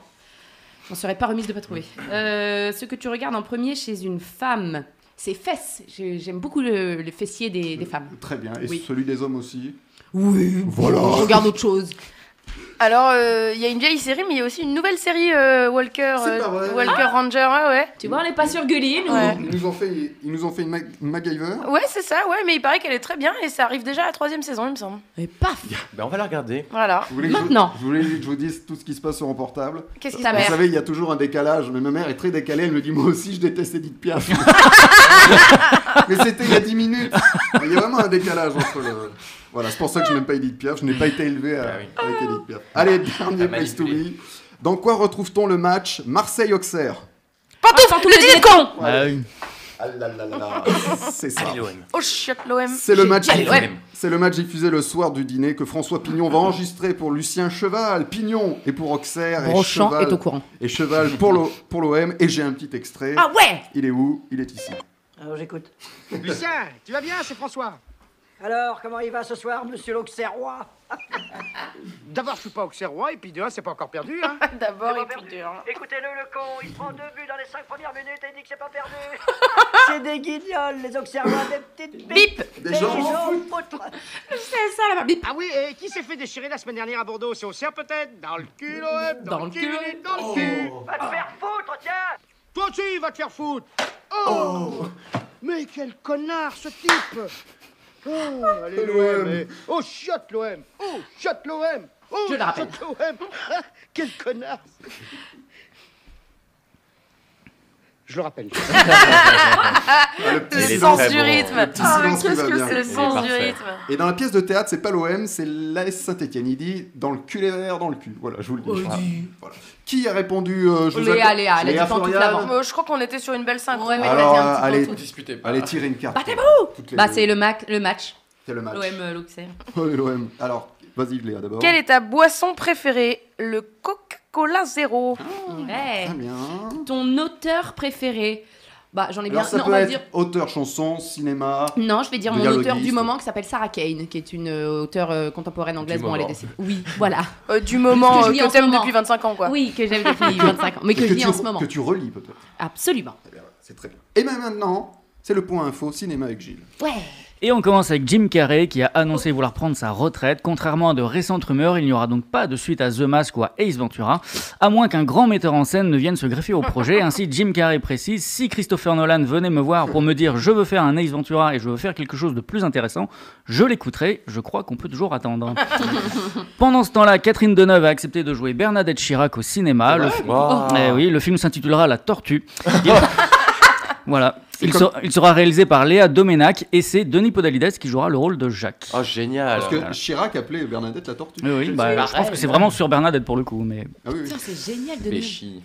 Speaker 3: J'en serais pas remise de pas trouver. Euh, ce que tu regardes en premier chez une femme, c'est fesses. J'ai- J'aime beaucoup le, le fessier des, des femmes.
Speaker 2: Très bien. Et
Speaker 3: Oui.
Speaker 2: celui des hommes aussi.
Speaker 3: Oui.
Speaker 2: Voilà.
Speaker 3: On regarde autre chose.
Speaker 6: Alors, euh, il y a une vieille série, mais il y a aussi une nouvelle série euh, Walker,
Speaker 2: C'est
Speaker 6: euh,
Speaker 2: pas vrai.
Speaker 6: Walker Ranger, ouais, ouais.
Speaker 3: Tu vois, on n'est pas sur Gulli, nous.
Speaker 6: Ouais.
Speaker 2: Ils nous ont fait, ils nous ont fait une, Mac- une MacGyver.
Speaker 6: Ouais, c'est ça, ouais, mais il paraît qu'elle est très bien et ça arrive déjà à la troisième saison, il me semble.
Speaker 3: Et paf
Speaker 5: Ben, on va la regarder.
Speaker 6: Voilà.
Speaker 2: Vous voulez que je-
Speaker 3: Maintenant.
Speaker 2: vous voulez que je vous dise tout ce qui se passe sur mon portable
Speaker 6: Qu'est-ce qui se
Speaker 3: Ta
Speaker 2: Vous
Speaker 3: mère.
Speaker 6: passe
Speaker 2: savez, il y a toujours un décalage, mais ma mère est très décalée, elle me dit moi aussi je déteste Edith Piaf. mais c'était il y a 10 minutes. Il y a vraiment un décalage entre le... Voilà, c'est pour ça que je n'aime pas Edith Piaf, je n'ai pas été élevé à-
Speaker 5: Ah oui. Ah,
Speaker 2: avec Edith Piaf. Allez,
Speaker 5: T'as
Speaker 2: dernier place to
Speaker 5: manipulé.
Speaker 2: be. Dans quoi retrouve-t-on le match Marseille-Auxerre
Speaker 6: Pantouf, le dîner de con
Speaker 4: Ah oui.
Speaker 2: Ah là là là là, C'est ça.
Speaker 5: Allez, l'OM.
Speaker 6: Oh shit, l'OM.
Speaker 2: C'est le match.
Speaker 6: Allez, l'OM.
Speaker 2: C'est le match diffusé le soir du dîner que François Pignon va enregistrer pour Lucien Cheval. Pignon et pour Auxerre et
Speaker 3: Brochant
Speaker 2: Cheval,
Speaker 3: est au courant.
Speaker 2: et Cheval pour l'O- pour l'OM. Et j'ai un petit extrait.
Speaker 3: Ah ouais
Speaker 2: Il est où Il est ici.
Speaker 8: Alors j'écoute.
Speaker 9: Lucien, tu vas bien, c'est François.
Speaker 8: Alors, comment il va ce soir, monsieur l'Auxerrois
Speaker 9: D'abord, je suis pas auxerrois, et puis de un, c'est pas encore perdu, hein.
Speaker 6: D'abord, et puis deux, hein.
Speaker 8: Écoutez-le, le con, il se prend deux buts dans les cinq premières minutes et il dit que c'est pas perdu C'est des guignols, les Auxerrois, des petites
Speaker 3: Bip
Speaker 2: Des gens
Speaker 8: autres
Speaker 3: C'est ça là-bas, bip
Speaker 9: Ah oui, et qui s'est fait déchirer la semaine dernière à Bordeaux C'est Auxerre, peut-être Dans le cul, l'OM
Speaker 3: Dans le cul.
Speaker 9: et Dans le cul
Speaker 8: Va te faire foutre, tiens
Speaker 9: Toi aussi, va te faire foutre oh, Mais quel connard, ce type Oh, allez,
Speaker 2: L'OM.
Speaker 9: l'OM eh. Oh, shot l'OM Oh, shot l'OM Oh,
Speaker 3: Je le rappelle.
Speaker 9: shot l'OM Ah, Quel connard Je le rappelle.
Speaker 2: Ah, le petit
Speaker 5: Il est
Speaker 6: Le
Speaker 2: silence.
Speaker 6: sens du
Speaker 5: bon.
Speaker 6: rythme.
Speaker 2: petit
Speaker 6: Ah, mais
Speaker 2: silence qui
Speaker 6: qu'est-ce
Speaker 2: va
Speaker 6: que
Speaker 2: bien.
Speaker 6: c'est
Speaker 2: Il
Speaker 6: le
Speaker 2: est
Speaker 6: sens du
Speaker 5: parfait.
Speaker 6: rythme
Speaker 2: Et dans la pièce de théâtre, c'est pas l'OM, c'est l'AS Saint-Etienne. Il dit dans le cul les verts, dans le cul. Voilà, je vous le dis. Voilà. Voilà. Qui a répondu euh, je vous
Speaker 3: Léa,
Speaker 2: accorde-
Speaker 3: Léa, elle a dit pendant toute
Speaker 2: Florian.
Speaker 3: l'avant.
Speaker 6: Euh, Je crois qu'on était sur une belle 5.
Speaker 3: Ouais, mais
Speaker 2: Alors,
Speaker 3: vas-y, un petit
Speaker 2: euh, allez.
Speaker 3: peu tout.
Speaker 5: Disputez pas.
Speaker 2: Allez, tirez une carte. Toutes les
Speaker 3: Bah,
Speaker 2: deux.
Speaker 3: c'est le, mac- le match.
Speaker 2: C'est le match.
Speaker 3: L'OM, l'Auxerre.
Speaker 2: Oh, l'OM. Alors, vas-y Léa d'abord.
Speaker 6: Quelle est ta boisson préférée Le Coca-Cola Zéro.
Speaker 3: Ouais.
Speaker 2: Très bien.
Speaker 3: Ton auteur préféré Bah, j'en ai bien.
Speaker 2: Alors ça
Speaker 3: Non, on
Speaker 2: peut
Speaker 3: va
Speaker 2: être
Speaker 3: dire.
Speaker 2: auteur, chanson, cinéma.
Speaker 3: Non, je vais dire mon
Speaker 2: Dialoguiste.
Speaker 3: auteur du moment qui s'appelle Sarah Kane, qui est une euh, auteure euh, contemporaine anglaise.
Speaker 5: Du
Speaker 3: Bon, elle est
Speaker 5: moment.
Speaker 3: décédée. Oui, voilà.
Speaker 6: Euh, du moment
Speaker 3: Que je
Speaker 6: euh,
Speaker 3: lis en
Speaker 6: que
Speaker 3: ce
Speaker 6: t'aimes
Speaker 3: moment.
Speaker 6: depuis 25 ans, quoi.
Speaker 3: Oui, que j'aime depuis 25 ans, mais que, je lis
Speaker 2: tu,
Speaker 3: en ce moment.
Speaker 2: Que tu relis peut-être.
Speaker 3: Absolument.
Speaker 2: Eh bien, voilà, C'est très bien. Et bien maintenant, c'est le point info cinéma avec Gilles.
Speaker 3: Ouais.
Speaker 4: Et on commence avec Jim Carrey qui a annoncé vouloir prendre sa retraite. Contrairement à de récentes rumeurs, il n'y aura donc pas de suite à The Mask ou à Ace Ventura, à moins qu'un grand metteur en scène ne vienne se greffer au projet. Ainsi, Jim Carrey précise si Christopher Nolan venait me voir pour me dire je veux faire un Ace Ventura et je veux faire quelque chose de plus intéressant, je l'écouterai. Je crois qu'on peut toujours attendre. Pendant ce temps-là, Catherine Deneuve a accepté de jouer Bernadette Chirac au cinéma. Le,
Speaker 5: Waouh.
Speaker 4: eh oui, le film s'intitulera La Tortue. Il- voilà. Il,
Speaker 2: comme-
Speaker 4: sera, il sera réalisé par Léa Domenac et c'est Denis Podalides qui jouera le rôle de Jacques.
Speaker 2: Ah,
Speaker 5: Oh, génial.
Speaker 2: Parce que Chirac appelait Bernadette la tortue.
Speaker 4: Oui, oui, bah, je pense que c'est vraiment sur Bernadette pour le coup. Mais...
Speaker 2: Ah oui, oui.
Speaker 3: Putain, c'est génial de nous.
Speaker 5: Péchi.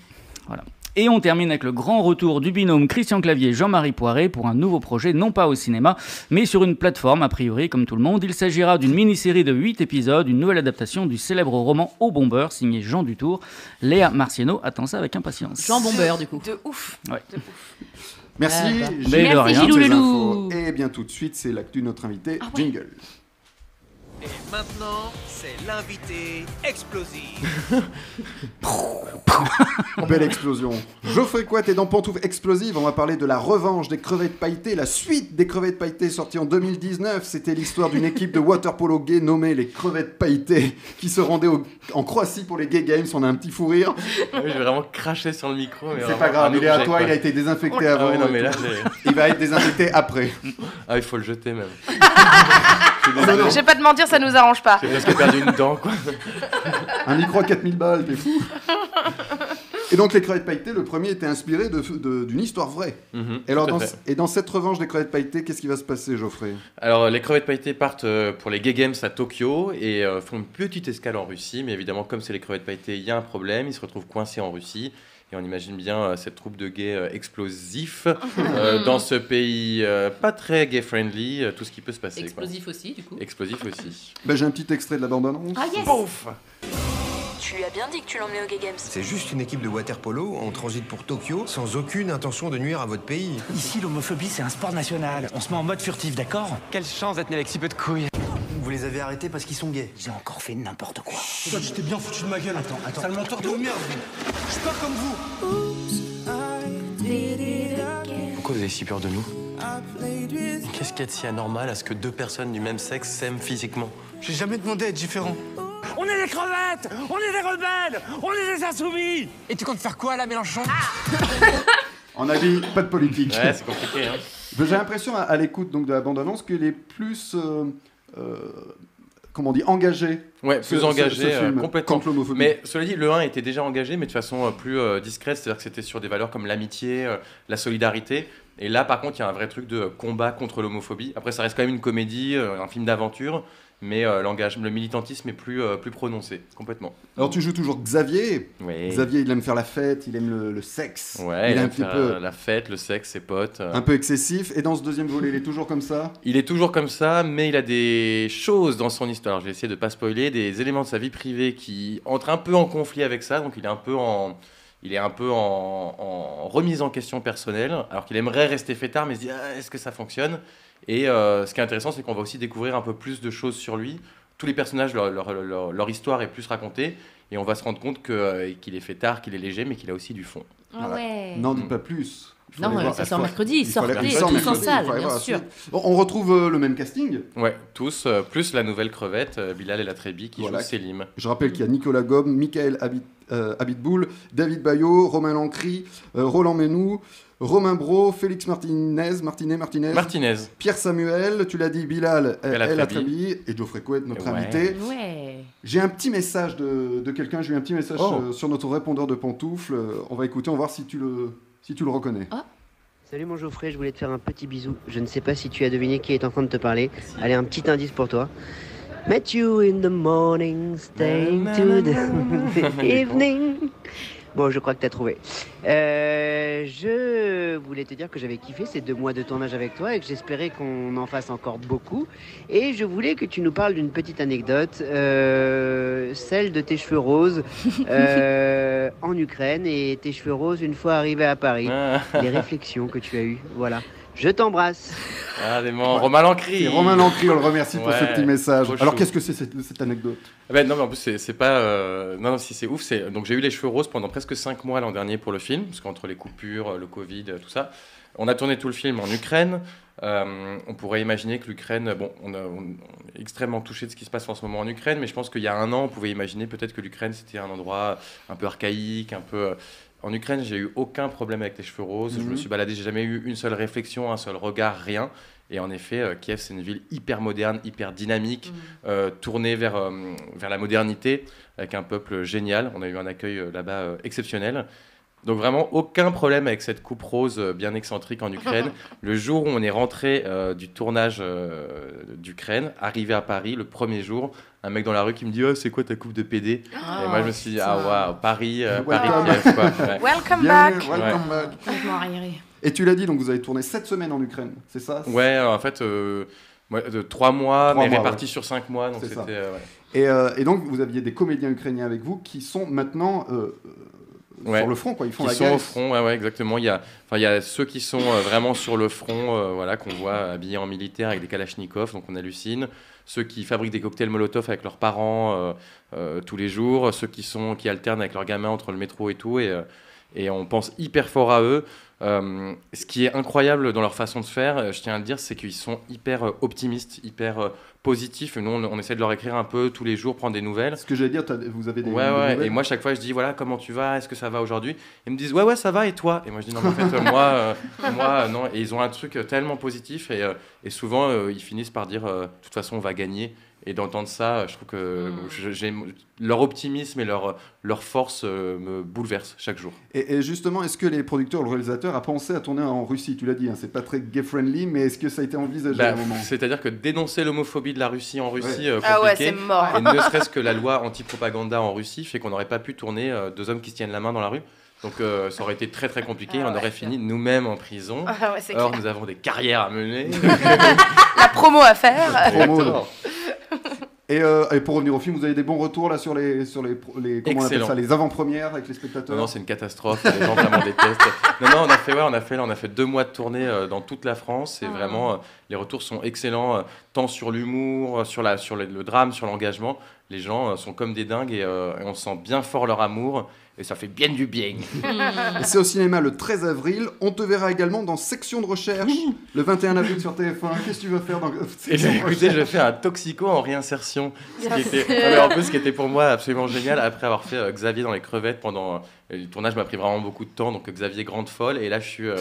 Speaker 4: Et on termine avec le grand retour du binôme Christian Clavier et Jean-Marie Poiret pour un nouveau projet, non pas au cinéma, mais sur une plateforme, a priori, comme tout le monde. Il s'agira d'une mini-série de 8 épisodes, une nouvelle adaptation du célèbre roman Au Bombeur, signé Jean Dutour. Léa Marciano attend ça avec impatience.
Speaker 3: Jean Bombeur, du coup.
Speaker 6: De ouf.
Speaker 2: Merci.
Speaker 3: Ah, bah.
Speaker 2: Gilles,
Speaker 4: Mais de
Speaker 2: pour
Speaker 4: rien.
Speaker 2: toutes ces
Speaker 3: Gilou
Speaker 2: infos.
Speaker 3: Loulou.
Speaker 2: Et bien tout de suite, c'est l'actu de notre invité,
Speaker 3: Ah ouais.
Speaker 2: Jingle.
Speaker 1: Et maintenant, c'est l'invité explosif.
Speaker 2: Belle explosion. Geoffrey Couette est dans Pantoufle Explosive. On va parler de la revanche des crevettes pailletées, la suite des crevettes pailletées sortie en 2019. C'était l'histoire d'une équipe de waterpolo gays nommée les crevettes pailletées qui se rendait au- en Croatie pour les Gay Games. On a un petit fou rire.
Speaker 5: Ah oui, J'ai vraiment craché sur le micro. mais
Speaker 2: C'est
Speaker 5: vraiment
Speaker 2: pas grave,
Speaker 5: un
Speaker 2: il est à
Speaker 5: objet,
Speaker 2: toi,
Speaker 5: quoi.
Speaker 2: il a été désinfecté
Speaker 5: Ah
Speaker 2: avant.
Speaker 5: ouais, non,
Speaker 2: et
Speaker 5: mais là,
Speaker 2: tout.
Speaker 5: j'ai-
Speaker 2: Il va être désinfecté après.
Speaker 5: ah, il faut le jeter même.
Speaker 6: Je vais pas te mentir, ça nous arrange pas.
Speaker 5: J'ai presque perdu une dent, quoi.
Speaker 2: Un micro à 4000 balles, t'es fou Et donc les crevettes pailletées, le premier était inspiré de- de- d'une histoire vraie.
Speaker 5: Mhm,
Speaker 2: Et, alors,
Speaker 5: tout à
Speaker 2: dans,
Speaker 5: fait.
Speaker 2: et dans cette revanche des crevettes pailletées, qu'est-ce qui va se passer, Geoffrey
Speaker 5: Alors, les crevettes pailletées partent euh, pour les Gay Games à Tokyo et euh, font une petite escale en Russie. Mais évidemment, comme c'est les crevettes pailletées, il y a un problème. Ils se retrouvent coincés en Russie. Et on imagine bien euh, cette troupe de gays euh, explosifs euh, dans ce pays euh, pas très gay-friendly. euh, tout ce qui peut se passer. quoi.
Speaker 3: Explosif aussi, du coup.
Speaker 5: Explosif aussi.
Speaker 2: Ben, J'ai un petit extrait de la bande-annonce.
Speaker 3: Ah yes
Speaker 10: Tu lui as bien dit que tu l'emmenais au Gay Games.
Speaker 11: C'est juste une équipe de waterpolo en transit pour Tokyo, sans aucune intention de nuire à votre pays.
Speaker 7: Ici, l'homophobie, c'est un sport national. On se met en mode furtif, d'accord
Speaker 8: Quelle chance d'être né avec si peu de couilles.
Speaker 11: Vous les avez arrêtés parce qu'ils sont gays.
Speaker 7: J'ai encore fait n'importe quoi.
Speaker 8: Toi, tu t'es bien foutu de ma gueule. Attends, attends. Sale menteur de merde. Je suis pas comme vous.
Speaker 11: Pourquoi vous avez si peur de nous Qu'est-ce qu'il y a de si anormal à ce que deux personnes du même sexe s'aiment physiquement
Speaker 8: J'ai jamais demandé à être différent.
Speaker 7: On On est des crevettes On est des rebelles On est des insoumis
Speaker 12: Et tu comptes faire quoi là, Mélenchon
Speaker 2: En avis, pas de politique. Ben,
Speaker 5: Ouais, c'est compliqué. Hein.
Speaker 2: J'ai l'impression, à, à l'écoute donc de la bande-annonce, qu'il est plus. euh, euh, comment on dit Engagé.
Speaker 5: Ouais,
Speaker 2: ce-
Speaker 5: plus
Speaker 2: ce-
Speaker 5: engagé
Speaker 2: ce film
Speaker 5: euh, complètement.
Speaker 2: Contre l'homophobie.
Speaker 5: Mais cela dit, le 1 était déjà engagé, mais de façon euh, plus euh, discrète, c'est-à-dire que c'était sur des valeurs comme l'amitié, euh, la solidarité. Et là, par contre, il y a un vrai truc de combat contre l'homophobie. Après, ça reste quand même une comédie, euh, un film d'aventure, mais euh, l'engagement, le militantisme est plus, euh, plus prononcé, complètement.
Speaker 2: Alors tu joues toujours Xavier. Xavier, il aime faire la fête, il aime le, le sexe.
Speaker 5: Ouais,
Speaker 2: il est
Speaker 5: aime
Speaker 2: un petit
Speaker 5: faire,
Speaker 2: peu,
Speaker 5: euh, la fête, le sexe, ses potes. euh.
Speaker 2: un peu excessif. Et dans ce deuxième volet, il est toujours comme ça.
Speaker 5: Il est toujours comme ça, mais il a des choses dans son histoire. Je vais essayer de pas spoiler, des éléments de sa vie privée qui entrent un peu en conflit avec ça. Donc il est un peu en, il est un peu en, en remise en question personnelle, alors qu'il aimerait rester fêtard, mais il se dit Ah, est-ce que ça fonctionne Et euh, ce qui est intéressant, c'est qu'on va aussi découvrir un peu plus de choses sur lui. Tous les personnages, leur, leur- leur- leur histoire est plus racontée, et on va se rendre compte que, euh, qu'il est fêtard, qu'il est léger, mais qu'il a aussi du fond.
Speaker 3: Ah ouais.
Speaker 2: N'en dis pas plus. Il faut
Speaker 3: Non,
Speaker 2: aller
Speaker 3: euh,
Speaker 2: voir
Speaker 3: ça
Speaker 2: la
Speaker 3: sort
Speaker 2: fois-
Speaker 3: mercredi,
Speaker 2: il faut aller-
Speaker 3: sortez
Speaker 2: il sort
Speaker 3: tous en
Speaker 2: mercredi, il faut
Speaker 3: salle,
Speaker 2: aller
Speaker 3: bien
Speaker 2: voir la
Speaker 3: sûr.
Speaker 2: suite. On on retrouve euh, le même casting.
Speaker 5: Ouais, tous, euh, plus la nouvelle crevette, euh, Bilal et la Trébi, qui
Speaker 2: Voilà.
Speaker 5: joue Selim.
Speaker 2: Je rappelle qu'il y a Nicolas Gomme, Michael Habit, euh, Habitboul, David Bayot, Romain Lancry, euh, Roland Menou, Romain Bro, Félix Martinez, Martinet, Martinez,
Speaker 5: Martinez.
Speaker 2: Pierre Samuel, tu l'as dit, Bilal,
Speaker 5: El
Speaker 2: euh, El
Speaker 5: Atrabi.
Speaker 2: Atrabi et Geoffrey Couette, notre
Speaker 5: Ouais.
Speaker 2: invité.
Speaker 3: Ouais.
Speaker 2: J'ai un petit message de, de quelqu'un, j'ai eu un petit message
Speaker 13: Oh.
Speaker 2: euh, sur notre répondeur de pantoufles. Euh, On va écouter, on va voir si tu le, si tu le reconnais.
Speaker 13: Salut mon Geoffrey, je voulais te faire un petit bisou. Je ne sais pas si tu as deviné qui est en train de te parler. Allez, un petit indice pour toi. Met you in the morning, staying to the evening. Bon, je crois que t'as trouvé. Euh, je voulais te dire que j'avais kiffé ces deux mois de tournage avec toi et que j'espérais qu'on en fasse encore beaucoup. Et je voulais que tu nous parles d'une petite anecdote, euh, celle de tes cheveux roses euh, en Ukraine et tes cheveux roses une fois arrivé à Paris.
Speaker 2: Ah,
Speaker 13: Les réflexions que tu as eues, voilà. Je t'embrasse.
Speaker 5: Ah, des moments. Romain Lancry.
Speaker 2: Et Romain Lancry, on le remercie pour
Speaker 5: Ouais,
Speaker 2: ce petit message.
Speaker 5: trop
Speaker 2: Alors
Speaker 5: chou.
Speaker 2: qu'est-ce que c'est cette, cette anecdote
Speaker 5: Ah ben non, mais en plus, c'est c'est pas. euh, Non, non, si c'est ouf. c'est- Donc, j'ai eu les cheveux roses pendant presque 5 mois l'an dernier pour le film, parce qu'entre les coupures, euh, le Covid, euh, tout ça, on a tourné tout le film en Ukraine. Euh, on pourrait imaginer que l'Ukraine. Bon, on, a- on- on est extrêmement touché de ce qui se passe en ce moment en Ukraine, mais je pense qu'il y a un an, on pouvait imaginer peut-être que l'Ukraine, c'était un endroit un peu archaïque, un peu. euh, En Ukraine, j'ai eu aucun problème avec les cheveux roses. Je me
Speaker 2: Mhm.
Speaker 5: suis baladé, j'ai jamais eu une seule réflexion, un seul regard, rien. Et en effet, euh, Kiev, c'est une ville hyper moderne, hyper dynamique, euh, tournée vers, euh, vers la modernité, avec un peuple génial. On a eu un accueil euh, là-bas euh, exceptionnel. Donc vraiment, aucun problème avec cette coupe rose euh, bien excentrique en Ukraine. Le jour où on est rentré euh, du tournage euh, d'Ukraine, arrivé à Paris, le premier jour, un mec dans la rue qui me dit oh, c'est quoi ta coupe de PD Et moi, je me suis dit « Ah, waouh, Paris, euh, Paris,
Speaker 2: Welcome.
Speaker 5: Kiev, quoi. Ouais.
Speaker 6: Welcome
Speaker 2: Bienvenue,
Speaker 6: back.
Speaker 2: welcome
Speaker 5: Ouais.
Speaker 2: back.
Speaker 6: Complètement arriéré.
Speaker 2: Et tu l'as dit, donc vous avez tourné 7 semaines en Ukraine, c'est ça
Speaker 5: Ouais, en fait, euh, moi, de trois mois,
Speaker 2: Trois
Speaker 5: mais
Speaker 2: mois,
Speaker 5: répartis
Speaker 2: ouais.
Speaker 5: sur cinq mois. Donc
Speaker 2: C'est ça.
Speaker 5: c'était. euh, ouais.
Speaker 2: Et, euh, et donc, vous aviez des comédiens ukrainiens avec vous qui sont maintenant euh, euh,
Speaker 5: Ouais.
Speaker 2: sur le front, quoi. Ils font
Speaker 5: qui
Speaker 2: la
Speaker 5: sont
Speaker 2: guerre.
Speaker 5: au front, ouais, ouais, exactement. Il y a, enfin, il y a ceux qui sont euh, vraiment sur le front, euh, voilà, qu'on voit habillés en militaire avec des kalachnikovs, donc on hallucine. Ceux qui fabriquent des cocktails Molotov avec leurs parents euh, euh, tous les jours, ceux qui sont qui alternent avec leurs gamins entre le métro et tout, et, euh, et on pense hyper fort à eux. Euh, ce qui est incroyable dans leur façon de faire, euh, je tiens à le dire, c'est qu'ils sont hyper euh, optimistes, hyper euh, positifs. Et Nous, on, on essaie de leur écrire un peu tous les jours, prendre des nouvelles.
Speaker 2: Ce que j'allais dire, t'as- vous avez des.
Speaker 5: Ouais,
Speaker 2: des
Speaker 5: ouais.
Speaker 2: nouvelles
Speaker 5: Et moi, chaque fois, je dis voilà, comment tu vas Est-ce que ça va aujourd'hui Ils me disent ouais, ouais, ça va. Et toi Et moi, je dis non, mais en fait, euh, moi, euh, moi, euh, non. Et ils ont un truc euh, tellement positif. Et, euh, et souvent, euh, ils finissent par dire euh, de toute façon, on va gagner. Et d'entendre ça, euh, je trouve que euh,
Speaker 2: Hmm.
Speaker 5: je- j'ai- leur optimisme et leur, leur force euh, me bouleverse chaque jour.
Speaker 2: Et, et justement, est-ce que les producteurs, le réalisateur a pensé à tourner en Russie Tu l'as dit, hein, c'est pas très gay-friendly, mais est-ce que ça a été envisagé
Speaker 5: Bah,
Speaker 2: à un moment
Speaker 5: C'est-à-dire que dénoncer l'homophobie de la Russie en Russie,
Speaker 2: Ouais.
Speaker 5: euh,
Speaker 2: Ah ouais,
Speaker 5: compliqué.
Speaker 2: c'est mort.
Speaker 5: Et ne serait-ce que la loi anti-propaganda en Russie fait qu'on n'aurait pas pu tourner euh, deux hommes qui se tiennent la main dans la rue. Donc euh, ça aurait été très très compliqué.
Speaker 6: Ah
Speaker 5: on
Speaker 6: ouais.
Speaker 5: aurait fini nous-mêmes en prison.
Speaker 6: Ah ouais, c'est
Speaker 5: Or
Speaker 6: clair.
Speaker 5: nous avons des carrières à mener.
Speaker 6: La promo à faire.
Speaker 2: Promo, là. et, euh, et pour revenir au film, vous avez des bons retours là sur les sur les, pro- les comment on appelle
Speaker 5: Excellent.
Speaker 2: ça les avant-premières avec les spectateurs.
Speaker 5: Non, non, c'est une catastrophe. Les gens vraiment détestent. Non, non, on a fait, ouais, on a fait, là, on a fait deux mois de tournée euh, dans toute la France.
Speaker 6: Ah.
Speaker 5: Et vraiment, euh, les retours sont excellents, euh, tant sur l'humour, euh, sur, la, sur le, le drame, sur l'engagement. Les gens euh, sont comme des dingues et, euh, et on sent bien fort leur amour. et ça fait bien du bien.
Speaker 2: Et c'est au cinéma le 13 avril. On te verra également dans Section de recherche le 21 avril sur TF1. Qu'est-ce que tu vas faire dans
Speaker 5: Et
Speaker 2: Section
Speaker 5: bien,
Speaker 2: de
Speaker 5: Eh ben, écoutez,
Speaker 2: recherche
Speaker 5: je fais un toxico en réinsertion. Ce
Speaker 2: Bien
Speaker 5: qui était,
Speaker 2: sûr.
Speaker 3: Euh,
Speaker 5: Non, mais en plus, ce qui était pour moi absolument génial, après avoir fait euh, Xavier dans les crevettes pendant. euh, le tournage m'a pris vraiment beaucoup de temps, donc Xavier Grande Folle. Et là, je suis euh,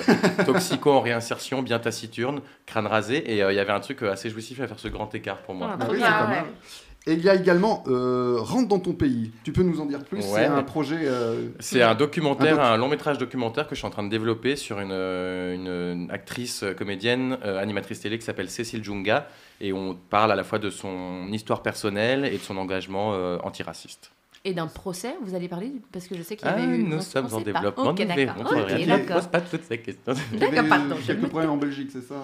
Speaker 5: toxico en réinsertion, bien taciturne, crâne rasé. Et euh, il y avait un truc euh, assez jouissif à faire ce grand écart pour moi.
Speaker 2: Ah oui, c'est pas mal. Et il y a également euh, Rentre dans ton pays. Tu peux nous en dire plus
Speaker 5: Ouais.
Speaker 2: C'est un projet. euh,
Speaker 5: C'est un documentaire,
Speaker 2: doc-
Speaker 5: un, long métrage documentaire que je suis en train de développer sur une, euh, une- une actrice, euh, comédienne, euh, animatrice télé qui s'appelle Cécile Junga. Et on parle à la fois de son histoire personnelle et de son engagement euh, antiraciste.
Speaker 3: Et d'un procès, vous allez parler du- Parce que je sais qu'il y
Speaker 5: Ah,
Speaker 3: avait eu. on
Speaker 5: nous
Speaker 3: sait-
Speaker 5: sommes
Speaker 3: on
Speaker 5: en
Speaker 3: sait pas.
Speaker 5: développement,
Speaker 3: Bah, Ok,
Speaker 5: nous
Speaker 3: d'accord.
Speaker 5: verrons.
Speaker 3: Ok,
Speaker 5: Je ne
Speaker 3: d'accord.
Speaker 5: pose pas toutes ces questions.
Speaker 2: il y
Speaker 3: D'accord,
Speaker 2: avait,
Speaker 3: pardon,
Speaker 2: euh,
Speaker 3: je
Speaker 2: Quelques problèmes en Belgique, c'est ça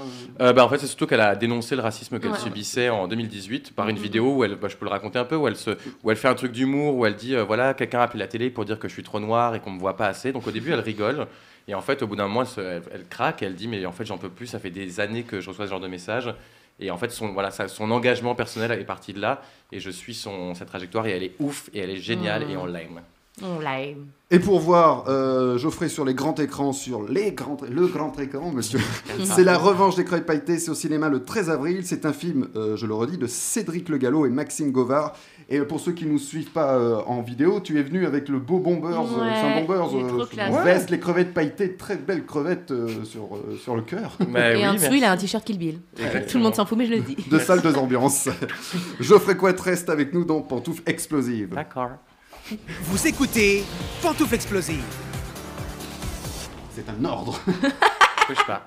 Speaker 2: euh
Speaker 5: Euh, bah, en fait, c'est surtout qu'elle a dénoncé le racisme qu'elle
Speaker 2: Ouais.
Speaker 5: subissait en 2018 par une
Speaker 2: Mhm.
Speaker 5: vidéo où elle, bah, je peux le raconter un peu, où elle, se, où elle fait un truc d'humour, où elle dit euh, voilà, quelqu'un a appelé la télé pour dire que je suis trop noire et qu'on me voit pas assez. Donc au début, elle rigole. Et en fait, au bout d'un moment, elle, se- elle- elle craque et elle dit mais en fait, j'en peux plus, ça fait des années que je reçois ce genre de messages. Et en fait, son, voilà, ça- son engagement personnel est parti de là. Et je suis son, sa trajectoire et elle est ouf et elle est géniale
Speaker 3: Mhm.
Speaker 5: et on l'aime.
Speaker 3: On
Speaker 5: Eh
Speaker 3: l'aime.
Speaker 2: Et pour voir euh, Geoffrey sur les grands écrans, sur les grands, le grand écran, monsieur, c'est La Revanche des Creuilles Pailletées, c'est au cinéma le 13 avril. C'est un film, euh, je le redis, de Cédric Le Gallo et Maxime Govard. Et pour ceux qui ne nous suivent pas euh, en vidéo, tu es venu avec le beau Bombers, euh,
Speaker 3: Ouais,
Speaker 2: c'est un Bombers,
Speaker 3: il est trop
Speaker 2: euh,
Speaker 3: classe.
Speaker 2: ouais. veste, les crevettes pailletées, très belles crevettes euh, sur, euh, sur le cœur.
Speaker 3: Et en dessous, il a un t-shirt Kill Bill.
Speaker 5: Euh,
Speaker 2: Exactement.
Speaker 3: Tout le monde s'en fout, mais je le dis.
Speaker 2: De salles, deux ambiances. Geoffrey Couette reste avec nous dans Pantoufles Explosives.
Speaker 5: D'accord.
Speaker 1: Vous écoutez Pantoufle Explosive.
Speaker 2: C'est un ordre.
Speaker 5: Couche pas.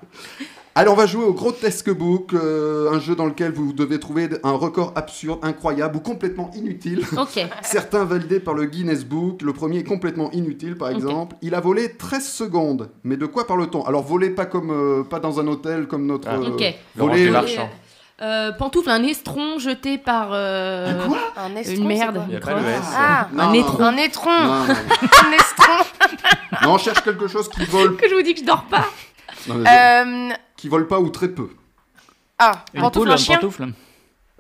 Speaker 2: Allez, on va jouer au Grotesque Book, euh, un jeu dans lequel vous devez trouver un record absurde, incroyable ou complètement inutile.
Speaker 3: Ok.
Speaker 2: Certains validés par le Guinness Book. Le premier est complètement inutile, par exemple. Il a volé 13 secondes. Mais de quoi parle-t-on Alors, voler pas comme euh, pas dans un hôtel comme notre.
Speaker 5: Ah.
Speaker 2: euh,
Speaker 3: Ok.
Speaker 5: Laurence
Speaker 2: voler-
Speaker 5: Desmarchand.
Speaker 3: Euh, pantoufle, un estron jeté par. euh,
Speaker 6: Un estron,
Speaker 3: Une merde.
Speaker 6: c'est
Speaker 5: Il y a
Speaker 3: une
Speaker 5: pas le
Speaker 3: crosse.
Speaker 5: S.
Speaker 6: Ah,
Speaker 2: Non,
Speaker 6: un
Speaker 2: non.
Speaker 6: étron. Un étron.
Speaker 2: Non, non.
Speaker 6: Un estron.
Speaker 2: Non, on cherche quelque chose qui
Speaker 3: Ah,
Speaker 2: vole.
Speaker 6: que je vous dis que je dors pas.
Speaker 2: Non, mais-
Speaker 6: Euh,
Speaker 2: Qui vole pas ou très peu.
Speaker 6: ah,
Speaker 4: Une
Speaker 6: pantoufle,
Speaker 4: poule,
Speaker 6: un
Speaker 4: un
Speaker 6: chien.
Speaker 4: pantoufle.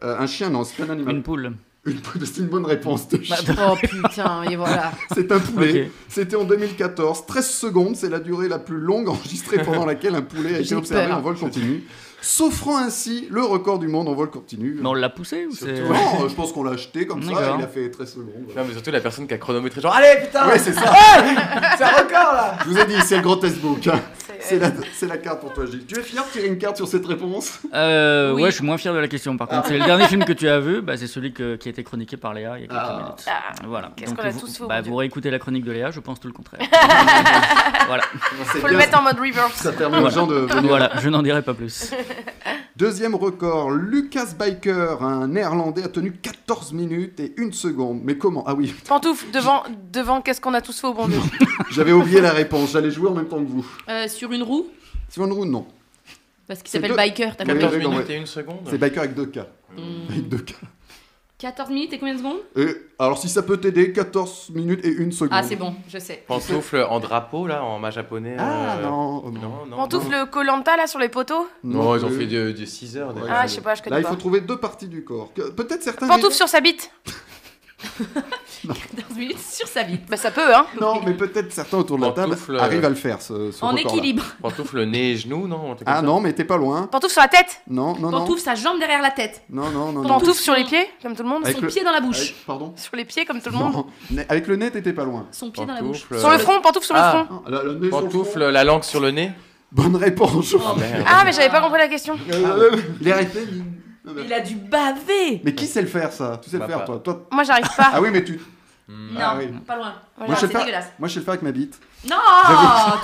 Speaker 2: Euh, un chien, non, c'est pas un animal.
Speaker 4: Une poule.
Speaker 2: Une poule, c'est une bonne réponse de chien.
Speaker 3: Oh putain, et voilà.
Speaker 2: C'est un poulet.
Speaker 4: Ok.
Speaker 2: C'était en 2014. 13 secondes, c'est la durée la plus longue enregistrée pendant laquelle un poulet a été
Speaker 3: J'ai
Speaker 2: observé
Speaker 3: peur.
Speaker 2: en vol continu, s'offrant ainsi le record du monde en vol continu. Euh,
Speaker 4: Mais on l'a poussé ou c'est.
Speaker 2: Surtout- Non, je pense qu'on l'a acheté comme ça,
Speaker 4: D'accord.
Speaker 2: il a fait 13 secondes. voilà.
Speaker 5: Non, mais surtout la personne qui a chronométré genre allez putain
Speaker 2: Ouais, c'est ça.
Speaker 5: C'est un record là
Speaker 2: Je vous ai dit, c'est le grand testbook. hein. C'est la, c'est la carte pour toi, Gilles. Tu es fier de tirer une carte sur cette réponse
Speaker 4: Euh,
Speaker 3: Oui.
Speaker 4: Ouais, je suis moins fier de la question par contre. C'est le dernier film que tu as vu, bah, c'est celui que- qui a été chroniqué par Léa il y a quelques
Speaker 2: Ah.
Speaker 4: minutes.
Speaker 6: Ah,
Speaker 4: Voilà.
Speaker 6: qu'est-ce qu'on a
Speaker 4: vous,
Speaker 6: tous fait au
Speaker 4: bah,
Speaker 6: bon Dieu.
Speaker 4: vous réécoutez la chronique de Léa, je pense tout le contraire. voilà.
Speaker 2: C'est
Speaker 6: Faut le
Speaker 2: bien,
Speaker 6: mettre en mode reverse.
Speaker 2: Ça permet aux
Speaker 4: Voilà.
Speaker 2: gens de venir.
Speaker 4: Voilà, je n'en dirai pas plus.
Speaker 2: Deuxième record, Lucas Biker, un néerlandais, a tenu 14 minutes et 1 seconde. Mais comment Ah oui,
Speaker 6: Pantoufle, devant, devant qu'est-ce qu'on a tous fait au bon Dieu
Speaker 2: j'avais oublié la réponse. J'allais jouer en même temps que vous.
Speaker 3: Euh, sur une roue
Speaker 2: Simon Roux, non.
Speaker 3: Parce qu'il
Speaker 2: C'est
Speaker 3: s'appelle
Speaker 2: deux-
Speaker 3: Biker, t'as
Speaker 2: Oui,
Speaker 3: compris
Speaker 2: oui,
Speaker 5: 14
Speaker 2: non,
Speaker 5: minutes
Speaker 2: ouais.
Speaker 5: et une seconde
Speaker 2: C'est Biker avec deux K. Avec deux K.
Speaker 3: 14 minutes et combien de secondes
Speaker 2: Et, alors, si ça peut t'aider, 14 minutes et 1 seconde.
Speaker 3: Ah, c'est bon, je sais.
Speaker 5: Pantoufle en drapeau là, en mât japonais.
Speaker 2: Ah,
Speaker 5: euh,
Speaker 2: non, oh, non.
Speaker 5: Non, non. non.
Speaker 6: Pantoufle Colanta là sur les poteaux
Speaker 5: Non, ils ont
Speaker 2: plus.
Speaker 5: fait de, 6 heures. des-
Speaker 2: euh, Ouais.
Speaker 6: Ah, je sais pas, je
Speaker 2: Là,
Speaker 6: connais
Speaker 2: il faut
Speaker 6: pas.
Speaker 2: trouver deux parties du corps. Que- Peut-être certains.
Speaker 6: Pantoufle sur sa bite
Speaker 3: 14 minutes sur sa vie.
Speaker 6: Bah ça peut, hein
Speaker 2: Non, mais peut-être certains autour de la table
Speaker 5: Pantoufle, euh,
Speaker 2: arrivent à le faire, ce, ce
Speaker 3: En
Speaker 2: record-là.
Speaker 3: équilibre.
Speaker 5: Pantoufle nez et genoux, non un truc
Speaker 2: Ah
Speaker 5: comme ça
Speaker 2: non, mais t'es pas loin.
Speaker 6: Pantoufle sur la tête
Speaker 2: Non, non, non.
Speaker 3: Pantoufle, sa jambe derrière la tête.
Speaker 2: Non, non, non. non.
Speaker 6: Pantoufle sur les pieds, comme tout le monde
Speaker 2: Avec
Speaker 3: Son
Speaker 2: le-
Speaker 3: pied dans la bouche.
Speaker 2: Avec- Pardon
Speaker 6: Sur les pieds, comme tout le monde
Speaker 2: Non. Ne- Avec le nez, t'étais pas loin.
Speaker 3: Son pied dans la bouche.
Speaker 5: Pantoufle,
Speaker 6: Sur le
Speaker 5: euh,
Speaker 6: front, pantoufle sur le
Speaker 5: Ah.
Speaker 6: front
Speaker 2: Ah, la- le nez sur le
Speaker 5: Pantoufle, la langue sur le nez
Speaker 2: front. Bonne réponse.
Speaker 3: Oh,
Speaker 5: merde.
Speaker 6: Ah, mais j'avais pas compris la question
Speaker 2: Euh, Ah, Il est arrêté. lui. Non, mais-
Speaker 3: Il a dû baver
Speaker 2: Mais qui sait le faire, ça Tu sais le
Speaker 5: Bah,
Speaker 2: faire,
Speaker 5: pas.
Speaker 2: toi. Toi-
Speaker 6: Moi j'arrive pas.
Speaker 2: Ah oui, mais tu.
Speaker 3: Non,
Speaker 2: Ah oui.
Speaker 3: pas loin.
Speaker 2: Moi,
Speaker 6: Moi,
Speaker 2: je
Speaker 6: j'arrive
Speaker 2: sais
Speaker 3: c'est
Speaker 2: le faire.
Speaker 3: dégueulasse.
Speaker 2: Moi, je sais le faire avec ma bite.
Speaker 3: Non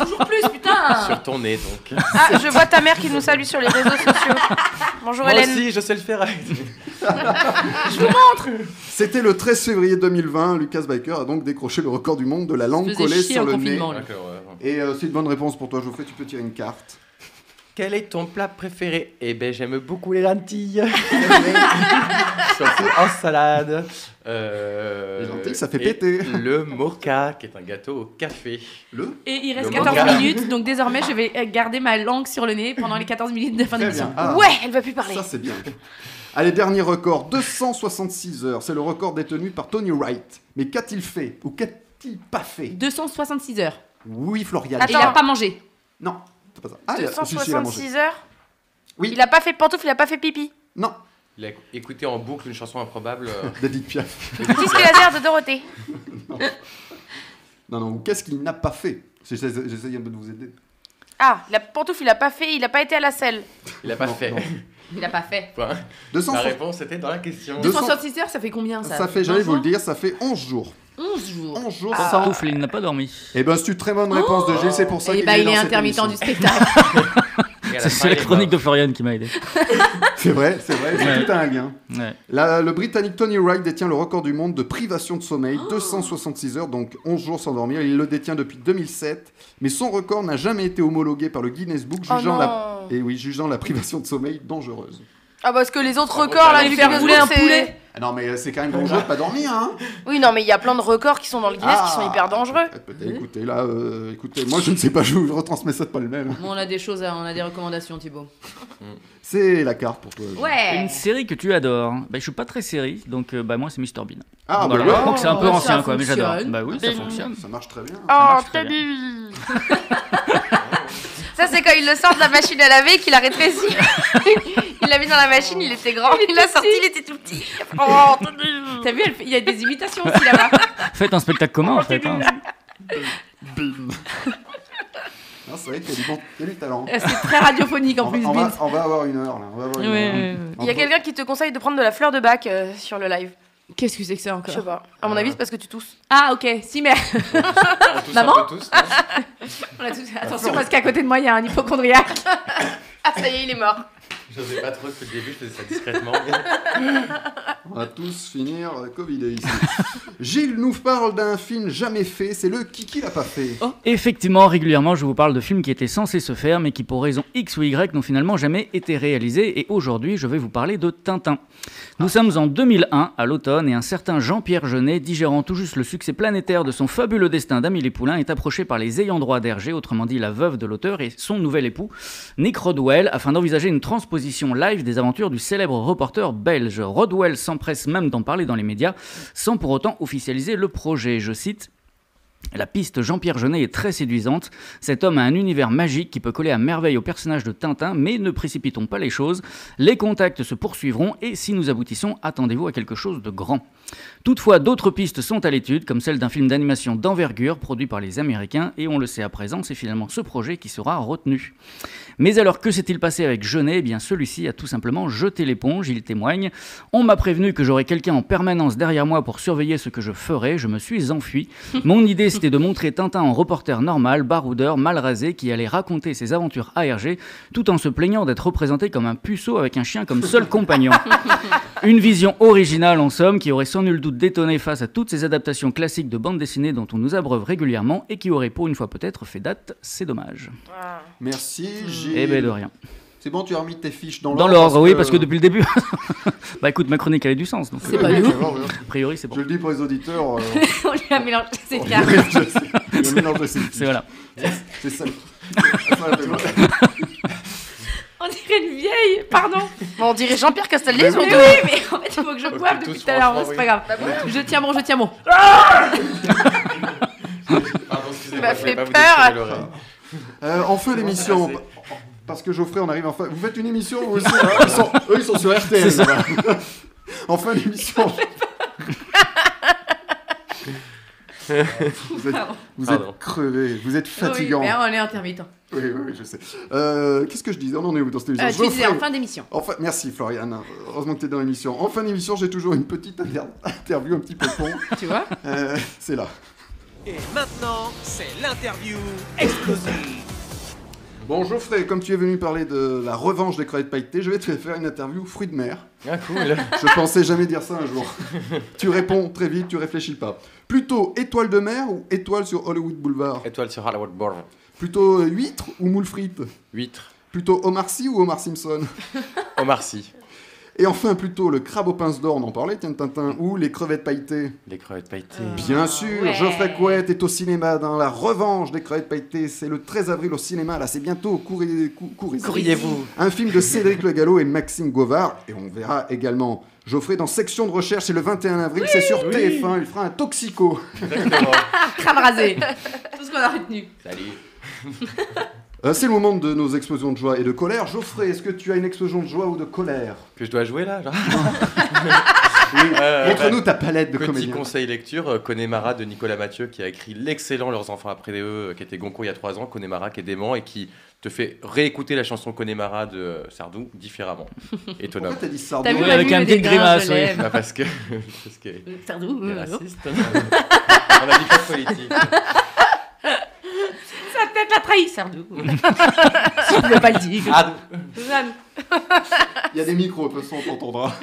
Speaker 3: Toujours plus,
Speaker 5: Sur
Speaker 3: putain
Speaker 5: ton nez donc.
Speaker 6: Ah, je vois ta mère qui nous salue sur les réseaux sociaux. Bonjour
Speaker 5: Moi
Speaker 6: Hélène.
Speaker 5: aussi, je sais le faire avec.
Speaker 2: C'était le 13 février 2020. Lucas Biker a donc décroché le record du monde de la langue
Speaker 3: faisait
Speaker 2: collée
Speaker 3: chier
Speaker 2: sur
Speaker 3: au
Speaker 2: le nez.
Speaker 3: confinement, lui.
Speaker 2: Et euh, c'est une bonne réponse pour toi, Geoffrey. Tu peux tirer une carte.
Speaker 5: Quel est ton plat préféré Eh ben, j'aime beaucoup les lentilles. Surtout en salade. Euh,
Speaker 2: Les lentilles, ça fait
Speaker 5: et
Speaker 2: péter.
Speaker 5: Le mocha, qui est un gâteau au café.
Speaker 2: Le
Speaker 3: Et il reste
Speaker 5: Le
Speaker 3: 14
Speaker 5: manga.
Speaker 3: minutes, donc désormais je vais garder ma langue sur le nez pendant les 14 minutes de fin
Speaker 2: Très
Speaker 3: d'émission.
Speaker 2: bien. Ah,
Speaker 6: Ouais, elle va plus parler.
Speaker 2: Ça, c'est bien. Allez, dernier record 266 heures. C'est le record détenu par Tony Wright. Mais qu'a-t-il fait Ou qu'a- a-t-il pas fait
Speaker 3: 266 heures.
Speaker 2: Oui, Florian.
Speaker 3: Et il a pas mangé.
Speaker 2: Non, c'est pas ça. Ah, il a- si, si, il a mangé.
Speaker 6: 266 heures Oui. Il a pas fait de pantoufle, il a pas fait pipi.
Speaker 2: Non.
Speaker 5: Il a écouté en boucle une chanson improbable. euh,
Speaker 2: David Piaf.
Speaker 6: Disque laser de Dorothée.
Speaker 2: Non, non, ou qu'est-ce qu'il n'a pas fait J'essaie j'essaie un peu de vous aider.
Speaker 6: Ah, la pantoufle, il a pas fait, il a pas été à la selle.
Speaker 5: Il a pas fait.
Speaker 3: Il a pas fait.
Speaker 5: Enfin,
Speaker 2: 200
Speaker 5: La réponse était dans la question.
Speaker 3: 266 heures, ça fait combien ça
Speaker 2: Ça fait, j'allais vous le dire, ça fait 11 jours.
Speaker 3: 11 jours.
Speaker 2: 11 jours.
Speaker 4: Pantoufle, il n'a pas dormi.
Speaker 2: Eh ben, c'est une très bonne réponse de Gilles, c'est pour ça
Speaker 3: Et
Speaker 2: qu'il
Speaker 3: bah,
Speaker 2: est
Speaker 3: il
Speaker 2: dans
Speaker 3: est
Speaker 2: cette
Speaker 3: intermittent du
Speaker 2: émission.
Speaker 3: spectacle.
Speaker 4: Ça, C'est la chronique de Florian qui m'a aidé.
Speaker 2: C'est vrai, c'est vrai, c'est
Speaker 4: Ouais.
Speaker 2: tout un lien.
Speaker 4: Ouais.
Speaker 2: La- le Britannique Tony Wright détient le record du monde de privation de sommeil, 266 heures, donc 11 jours sans dormir. Il le détient depuis 2007, mais son record n'a jamais été homologué par le Guinness Book,
Speaker 6: Oh
Speaker 2: jugeant, la,
Speaker 6: non.
Speaker 2: et oui, jugeant la privation de sommeil dangereuse.
Speaker 6: Ah, parce que les autres
Speaker 5: Ah,
Speaker 6: records, là,
Speaker 5: regarde,
Speaker 6: du
Speaker 5: faire
Speaker 6: Guinness
Speaker 5: rouler
Speaker 6: Book,
Speaker 5: un
Speaker 6: c'est-
Speaker 5: poulet.
Speaker 2: Ah non, mais c'est quand même dangereux de pas dormir, hein
Speaker 6: Oui, non, mais il y a plein de records qui sont dans le Guinness qui
Speaker 2: Ah.
Speaker 6: sont hyper dangereux.
Speaker 2: Écoutez, écoutez, là, euh, écoutez, moi je ne sais pas, je vous retransmets ça de pas le même.
Speaker 3: Bon, on a des choses, à- on a des recommandations, Thibaut.
Speaker 2: C'est la carte pour toi.
Speaker 6: Eh.
Speaker 3: Ouais.
Speaker 4: Une série que tu adores. Bah, je suis pas très série, donc euh, bah, moi c'est Mr Bean.
Speaker 2: Ah,
Speaker 4: Voilà,
Speaker 2: bah,
Speaker 4: je crois que c'est un peu
Speaker 3: ça
Speaker 4: ancien quoi, mais
Speaker 3: fonctionne.
Speaker 4: j'adore. Bah oui, ça
Speaker 3: Bean.
Speaker 4: fonctionne.
Speaker 2: Ça marche très bien.
Speaker 6: Oh,
Speaker 4: marche très
Speaker 6: Teddy Ça, c'est quand il le sort de la machine à laver et qu'il a rétréci. il l'a mis dans la machine, il était grand. Il l'a sorti, il était tout petit. Oh, Teddy
Speaker 3: T'as vu, elle fait- il y a des imitations aussi là-bas.
Speaker 4: Faites un spectacle commun en fait. hein.
Speaker 2: Ah, c'est vrai qu'il y a du bon- il y a du talent.
Speaker 3: Euh, C'est très radiophonique en
Speaker 2: On va-
Speaker 3: plus,
Speaker 2: on, va,
Speaker 3: Vince.
Speaker 2: on va avoir une heure là. On va avoir une
Speaker 3: Ouais,
Speaker 2: heure.
Speaker 3: ouais, ouais.
Speaker 6: Il y a quelqu'un qui te conseille de prendre de la fleur de bac euh, sur le live.
Speaker 3: Qu'est-ce que c'est que ça
Speaker 6: Je sais
Speaker 3: encore
Speaker 6: pas. À mon avis, c'est parce que tu tousses.
Speaker 3: Ah, ok, si, mais.
Speaker 5: On tousse un
Speaker 3: Maman
Speaker 5: peu tous, hein. non
Speaker 3: On a tous- Attention, parce qu'à côté de moi, il y a un hypochondriaque.
Speaker 6: Ah, ça y est, il est mort.
Speaker 5: Je sais pas trop depuis le début, je faisais ça discrètement.
Speaker 2: On va tous finir euh, Covidé ici. Gilles nous parle d'un film jamais fait, c'est le Kiki l'a pas fait.
Speaker 4: Oh. Effectivement, régulièrement, je vous parle de films qui étaient censés se faire, mais qui pour raison X ou Y n'ont finalement jamais été réalisés. Et aujourd'hui, je vais vous parler de Tintin. Nous sommes en 2001, à l'automne, et un certain Jean-Pierre Jeunet, digérant tout juste le succès planétaire de son fabuleux destin d'Amélie Poulain, est approché par les ayants droit d'Hergé, autrement dit la veuve de l'auteur et son nouvel époux, Nick Rodwell, afin d'envisager une transposition live des aventures du célèbre reporter belge. Rodwell s'empresse même d'en parler dans les médias, sans pour autant officialiser le projet. Je cite. La piste Jean-Pierre Jeunet est très séduisante. Cet homme a un univers magique qui peut coller à merveille au personnage de Tintin, mais ne précipitons pas les choses. Les contacts se poursuivront et si nous aboutissons, attendez-vous à quelque chose de grand. Toutefois, d'autres pistes sont à l'étude, comme celle d'un film d'animation d'envergure produit par les Américains, et on le sait à présent, c'est finalement ce projet qui sera retenu. Mais alors que s'est-il passé avec Jeunet Eh bien, celui-ci a tout simplement jeté l'éponge, il témoigne. On m'a prévenu que j'aurais quelqu'un en permanence derrière moi pour surveiller ce que je ferais, je me suis enfui. Mon idée, c'était de montrer Tintin en reporter normal, baroudeur, mal rasé, qui allait raconter ses aventures à Hergé, tout en se plaignant d'être représenté comme un puceau avec un chien comme seul compagnon. Une vision originale en somme qui aurait sans nul doute détonné face à toutes ces adaptations classiques de bandes dessinées dont on nous abreuve régulièrement et qui aurait pour une fois peut-être fait date, c'est dommage.
Speaker 2: Merci Gilles.
Speaker 4: Eh ben de rien.
Speaker 2: C'est bon, tu as remis tes fiches dans l'ordre.
Speaker 4: Dans l'ordre, oui, parce que depuis le début. bah écoute, ma chronique elle a du sens donc. euh,
Speaker 3: C'est pas nous.
Speaker 4: A priori, c'est bon.
Speaker 2: Je le dis pour les auditeurs. euh,
Speaker 3: On lui a mélangé ses
Speaker 2: on
Speaker 3: cartes.
Speaker 2: mélange- on mélange ces fiches.
Speaker 4: C'est voilà.
Speaker 2: C'est ça. C'est ça, la vraie-
Speaker 3: On dirait une vieille, pardon.
Speaker 6: Bon, on dirait Jean-Pierre
Speaker 2: Mais
Speaker 6: Castaldi, son
Speaker 3: Mais
Speaker 2: oui.
Speaker 6: dos.
Speaker 3: oui, mais en fait, il faut que je
Speaker 5: Ok,
Speaker 3: boive
Speaker 5: tous,
Speaker 3: depuis tout à l'heure,
Speaker 5: franchement,
Speaker 3: c'est
Speaker 5: oui.
Speaker 3: pas grave. Je tiens Bah bon, Oh, je tiens bon.
Speaker 5: Pardon, excusez-moi,
Speaker 6: m'a
Speaker 5: je
Speaker 6: fait
Speaker 5: voulais pas vous
Speaker 6: peur.
Speaker 5: déchirer l'oreille.
Speaker 2: Euh, en feu l'émission.
Speaker 5: Comment
Speaker 2: Parce que Geoffrey, on arrive en fin. Vous faites une émission, vous aussi hein Ils sont- Eux, ils sont sur RTL. voilà. en fin d'émission. vous êtes, vous
Speaker 5: Pardon.
Speaker 2: êtes crevés, vous êtes fatigants.
Speaker 3: Oui, mais on est intermittent.
Speaker 2: Oui, oui, oui, je sais. Euh, Qu'est-ce que je disais On en est où dans cette émission
Speaker 3: Euh, tu disais en
Speaker 2: Geoffrey-
Speaker 3: fin d'émission.
Speaker 2: Enfin, merci Floriane, heureusement que tu es dans l'émission. En fin d'émission, j'ai toujours une petite inter- interview un petit peu con.
Speaker 3: Tu vois
Speaker 2: Euh, c'est là.
Speaker 1: Et maintenant, c'est l'interview explosive.
Speaker 2: Bon Geoffrey, comme tu es venu parler de la revanche des crevettes pailletées, je vais te faire une interview fruits de mer.
Speaker 5: Ah, cool.
Speaker 2: Je pensais jamais dire ça un jour. tu réponds très vite, tu réfléchis pas. Plutôt étoile de mer ou étoile sur Hollywood Boulevard
Speaker 5: Étoile sur Hollywood Boulevard.
Speaker 2: Plutôt euh, huître ou moule frite
Speaker 5: Huître.
Speaker 2: Plutôt Omar Sy ou Omar Simpson
Speaker 5: Omar Sy.
Speaker 2: Et enfin, plutôt, le crabe aux pinces d'or, on en parlait, tiens, Tintin, ou les crevettes pailletées.
Speaker 5: Les crevettes pailletées.
Speaker 2: Bien sûr,
Speaker 5: ouais.
Speaker 2: Geoffrey Couette est au cinéma dans La Revanche des crevettes pailletées. C'est le 13 avril au cinéma, là, c'est bientôt. Courez, cou- courez-
Speaker 5: Courriez-vous.
Speaker 2: Un film de Cédric Le Gallo et Maxime Govard, et on verra également Geoffrey dans Section de Recherche, c'est le 21 avril, c'est sur
Speaker 3: Oui.
Speaker 2: TF1, il fera un toxico.
Speaker 3: Crâne rasé. Tout ce qu'on a retenu.
Speaker 5: Salut.
Speaker 2: Euh, c'est le moment de nos explosions de joie et de colère. Geoffrey, est-ce que tu as une explosion de joie ou de colère
Speaker 5: Que je dois jouer là genre bah,
Speaker 2: Montre-nous ta palette de
Speaker 5: Euh, Petit
Speaker 2: comédiens.
Speaker 5: conseil lecture, euh, Connemara de Nicolas Mathieu qui a écrit l'excellent Leurs enfants après eux, euh, qui était Goncourt il y a trois ans, Connemara qui est dément et qui te fait réécouter la chanson Connemara de euh, Sardou différemment. Étonnant.
Speaker 2: Pourquoi t'as dit
Speaker 3: Sardou T'as vu, Oui, avec t'as vu, un le petit dégrain, grimace, je oui. l'aime.
Speaker 5: Bah, parce que. parce que
Speaker 3: Sardou,
Speaker 5: il est
Speaker 3: euh,
Speaker 5: raciste. hein.
Speaker 3: non.
Speaker 5: On a dit pas de politique.
Speaker 2: Ah.
Speaker 3: Ça a peut-être la trahi, Sardou. si tu voulais pas le dire.
Speaker 5: Ah,
Speaker 3: Jeanne.
Speaker 2: Il y a des micros, de toute façon, on t'entendra.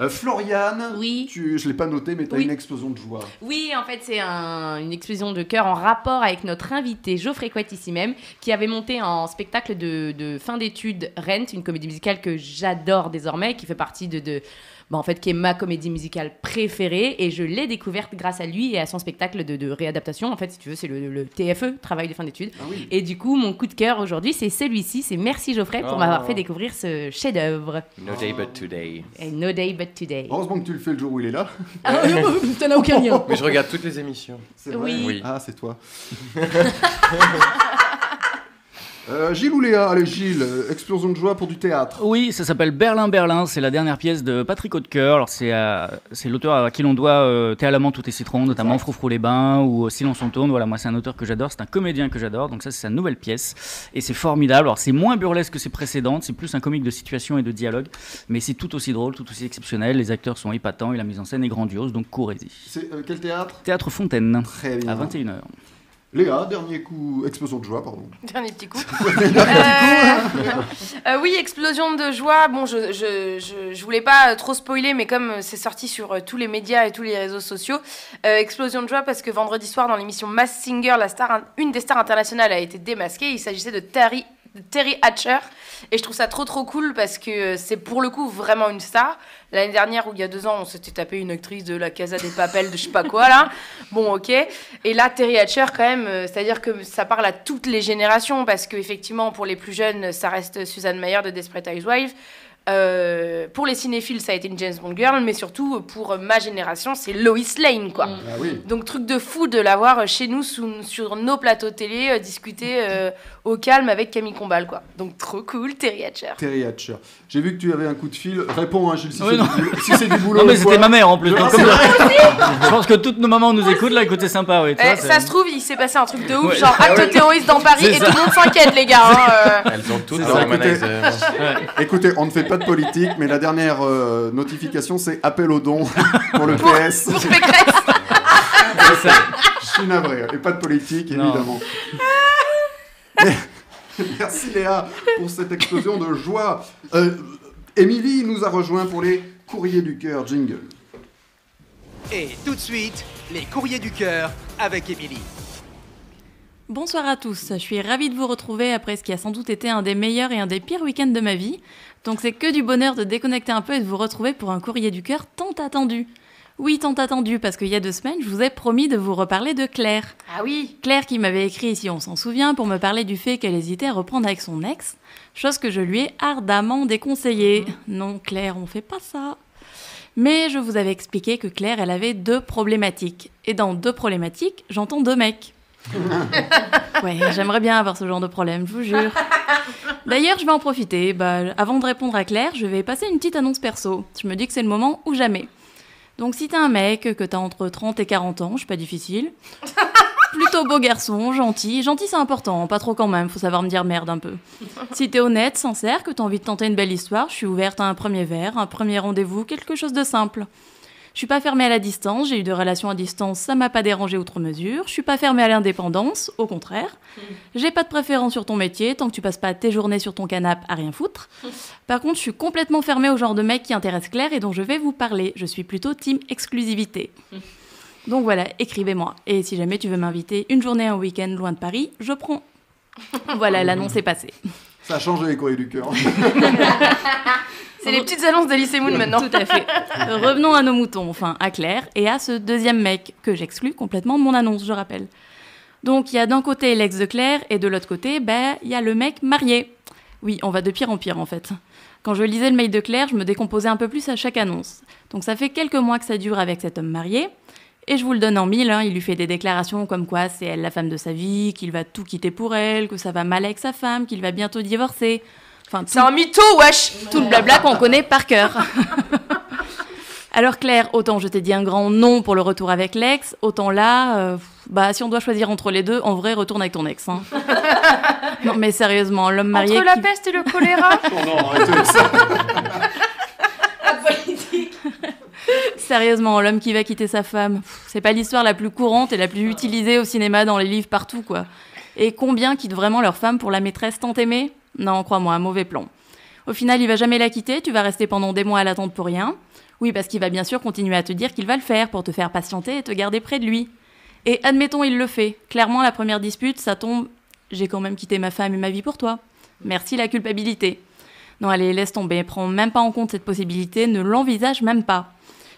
Speaker 2: Euh, Floriane, tu, je l'ai pas noté, mais tu as
Speaker 3: Oui.
Speaker 2: une explosion de joie.
Speaker 3: Oui, en fait, c'est un- une explosion de cœur en rapport avec notre invité Geoffrey Couette ici même, qui avait monté en spectacle de, de fin d'études Rent, une comédie musicale que j'adore désormais, qui fait partie de, de- bah, en fait, qui est ma comédie musicale préférée, et je l'ai découverte grâce à lui et à son spectacle de, de réadaptation. En fait, si tu veux, c'est le, le TFE, travail de fin d'études.
Speaker 2: Ah
Speaker 3: Et du coup, mon coup de cœur aujourd'hui, c'est celui-ci. C'est merci Geoffrey pour
Speaker 5: Oh.
Speaker 3: m'avoir fait découvrir ce chef-d'œuvre.
Speaker 5: No day but today.
Speaker 3: Et no day but today.
Speaker 2: Heureusement que tu le fais le jour où il est là.
Speaker 3: Ah, oui, oui, t'en as aucun lien.
Speaker 5: Mais je regarde toutes les émissions.
Speaker 2: C'est vrai
Speaker 3: Oui.
Speaker 2: Ah, c'est toi. Euh, Gilles ou Léa Allez, Gilles, euh, explosion de joie pour du théâtre.
Speaker 4: Oui, ça s'appelle Berlin Berlin, c'est la dernière pièce de Patrick Hautecoeur. Alors c'est euh, c'est l'auteur à qui l'on doit euh, Thé à l'amant, tout est citron, notamment Froufrou les bains ou euh, Silence on tourne. Voilà, moi c'est un auteur que j'adore, c'est un comédien que j'adore. Donc ça c'est sa nouvelle pièce et c'est formidable. Alors c'est moins burlesque que ses précédentes, c'est plus un comique de situation et de dialogue, mais c'est tout aussi drôle, tout aussi exceptionnel. Les acteurs sont épatants et la mise en scène est grandiose, donc courez-y.
Speaker 2: C'est euh, quel théâtre
Speaker 4: Théâtre Fontaine
Speaker 2: Très bien.
Speaker 4: à 21h.
Speaker 2: Léa, dernier coup, explosion de joie, pardon.
Speaker 6: Dernier petit coup. Euh, euh, oui, explosion de joie. Bon, je, je, je, je voulais pas euh, trop spoiler, mais comme euh, c'est sorti sur euh, tous les médias et tous les réseaux sociaux, euh, explosion de joie parce que vendredi soir, dans l'émission Mass Singer, la star, une des stars internationales a été démasquée. Il s'agissait de Terry, de Terry Hatcher. Et je trouve ça trop trop cool parce que euh, c'est pour le coup vraiment une star. L'année dernière ou il y a deux ans, on s'était tapé une actrice de la Casa des Papels de je sais pas quoi là. Bon, ok. Et là, Terry Hatcher, quand même, euh, c'est-à-dire que ça parle à toutes les générations parce que effectivement, pour les plus jeunes, ça reste Suzanne Mayer de Desperate Housewives. Euh, pour les cinéphiles, ça a été une James Bond girl, mais surtout euh, pour euh, ma génération, c'est Lois Lane, quoi.
Speaker 2: Ah oui.
Speaker 6: Donc truc de fou de l'avoir euh, chez nous sous- sur nos plateaux télé, euh, discuter euh, au calme avec Camille Combal, quoi. Donc trop cool, Terry Hatcher.
Speaker 2: Terry Hatcher. J'ai vu que tu avais un coup de fil. Réponds, hein, Gilles, si
Speaker 4: Oui,
Speaker 2: c'est
Speaker 4: non.
Speaker 2: du, boulot- si c'est du boulot.
Speaker 4: Non, mais
Speaker 2: ou quoi.
Speaker 4: c'était ma mère en plus.
Speaker 2: Ah,
Speaker 4: donc
Speaker 2: c'est
Speaker 4: comme-
Speaker 2: vrai
Speaker 4: je pense que toutes nos mamans nous écoutent là, écoutez sympa. Oui, tu
Speaker 6: Eh,
Speaker 4: vois, c'est-
Speaker 6: ça se trouve, il s'est passé un truc de ouf,
Speaker 4: Ouais.
Speaker 6: genre
Speaker 4: Ah
Speaker 6: acte
Speaker 4: oui.
Speaker 6: terroriste dans Paris,
Speaker 4: C'est
Speaker 6: et
Speaker 4: ça.
Speaker 6: tout le monde s'inquiète, les gars. hein, euh.
Speaker 5: Elles ont toutes
Speaker 2: C'est
Speaker 5: leur
Speaker 2: ça, écoutez,
Speaker 5: humanizer.
Speaker 2: écoutez, on ne fait pas de politique, mais la dernière euh, notification, c'est appel au don pour le PS. Je suis navré, hein. et pas de politique, évidemment. Merci Léa pour cette explosion de joie. Euh, Émilie nous a rejoint pour les courriers du cœur, jingle.
Speaker 1: Et tout de suite, les courriers du cœur avec Émilie.
Speaker 12: Bonsoir à tous, je suis ravie de vous retrouver après ce qui a sans doute été un des meilleurs et un des pires week-ends de ma vie. Donc c'est que du bonheur de déconnecter un peu et de vous retrouver pour un courrier du cœur tant attendu. Oui, tant attendu, parce qu'il y a deux semaines, je vous ai promis de vous reparler de Claire.
Speaker 6: Ah oui
Speaker 12: Claire qui m'avait écrit, si on s'en souvient, pour me parler du fait qu'elle hésitait à reprendre avec son ex, chose que je lui ai ardemment déconseillée.
Speaker 6: Mm-hmm.
Speaker 12: Non, Claire, on fait pas ça. Mais je vous avais expliqué que Claire, elle avait deux problématiques. Et dans deux problématiques, j'entends deux mecs. Ouais, j'aimerais bien avoir ce genre de problème, je vous jure. D'ailleurs, je vais en profiter. Bah, avant de répondre à Claire, je vais passer une petite annonce perso. Je me dis que c'est le moment ou jamais. Donc, si t'es un mec, que t'as entre 30 et 40 ans, je suis pas difficile. Plutôt beau garçon, gentil. Gentil, c'est important, pas trop quand même, faut savoir me dire merde un peu. Si t'es honnête, sincère, que t'as envie de tenter une belle histoire, je suis ouverte à un premier verre, un premier rendez-vous, quelque chose de simple. Je suis pas fermée à la distance, j'ai eu des relations à distance, ça m'a pas dérangé outre mesure. Je suis pas fermée à l'indépendance, au contraire. J'ai pas de préférence sur ton métier, tant que tu passes pas tes journées sur ton canapé à rien foutre. Par contre, je suis complètement fermée au genre de mec qui intéresse Claire et dont je vais vous parler. Je suis plutôt team exclusivité. Donc voilà, écrivez-moi. Et si jamais tu veux m'inviter une journée, un week-end loin de Paris, je prends. Voilà, l'annonce est passée.
Speaker 2: Ça a changé les courriers du cœur.
Speaker 5: Oh
Speaker 6: C'est les petites annonces de lycée Moon maintenant.
Speaker 12: Tout à fait.
Speaker 13: Euh.
Speaker 12: Revenons à nos moutons, enfin à Claire et à ce deuxième mec que j'exclus complètement de mon annonce, je rappelle. Donc il y a d'un côté l'ex de Claire et de l'autre côté, ben il y a le mec marié. Oui, on va de pire en pire en fait. Quand je lisais le mail de Claire, je me décomposais un peu plus à chaque annonce. Donc ça fait quelques mois que ça dure avec cet homme marié. Et je vous le donne en mille, hein, il lui fait des déclarations comme quoi c'est elle la femme de sa vie, qu'il va tout quitter pour elle, que ça va mal avec sa femme, qu'il va bientôt divorcer. Enfin,
Speaker 6: C'est un mytho, wesh
Speaker 12: Tout le blabla qu'on connaît par cœur. Alors Claire, autant je t'ai dit un grand non pour le retour avec l'ex, autant là, euh, bah si on doit choisir entre les deux, en vrai retourne avec ton ex. hein. non mais sérieusement, l'homme marié.
Speaker 6: Entre la
Speaker 12: qui-
Speaker 6: peste et le choléra
Speaker 12: Sérieusement, l'homme qui va quitter sa femme, pff, c'est pas l'histoire la plus courante et la plus utilisée au cinéma, dans les livres, partout, quoi. Et combien quittent vraiment leur femme pour la maîtresse tant aimée Non, crois-moi, un mauvais plan. Au final, il va jamais la quitter, tu vas rester pendant des mois à l'attendre pour rien. Oui, parce qu'il va bien sûr continuer à te dire qu'il va le faire pour te faire patienter et te garder près de lui. Et admettons, il le fait. Clairement, la première dispute, ça tombe J'ai quand même quitté ma femme et ma vie pour toi. Merci la culpabilité. Non, allez, laisse tomber, prends même pas en compte cette possibilité, ne l'envisage même pas.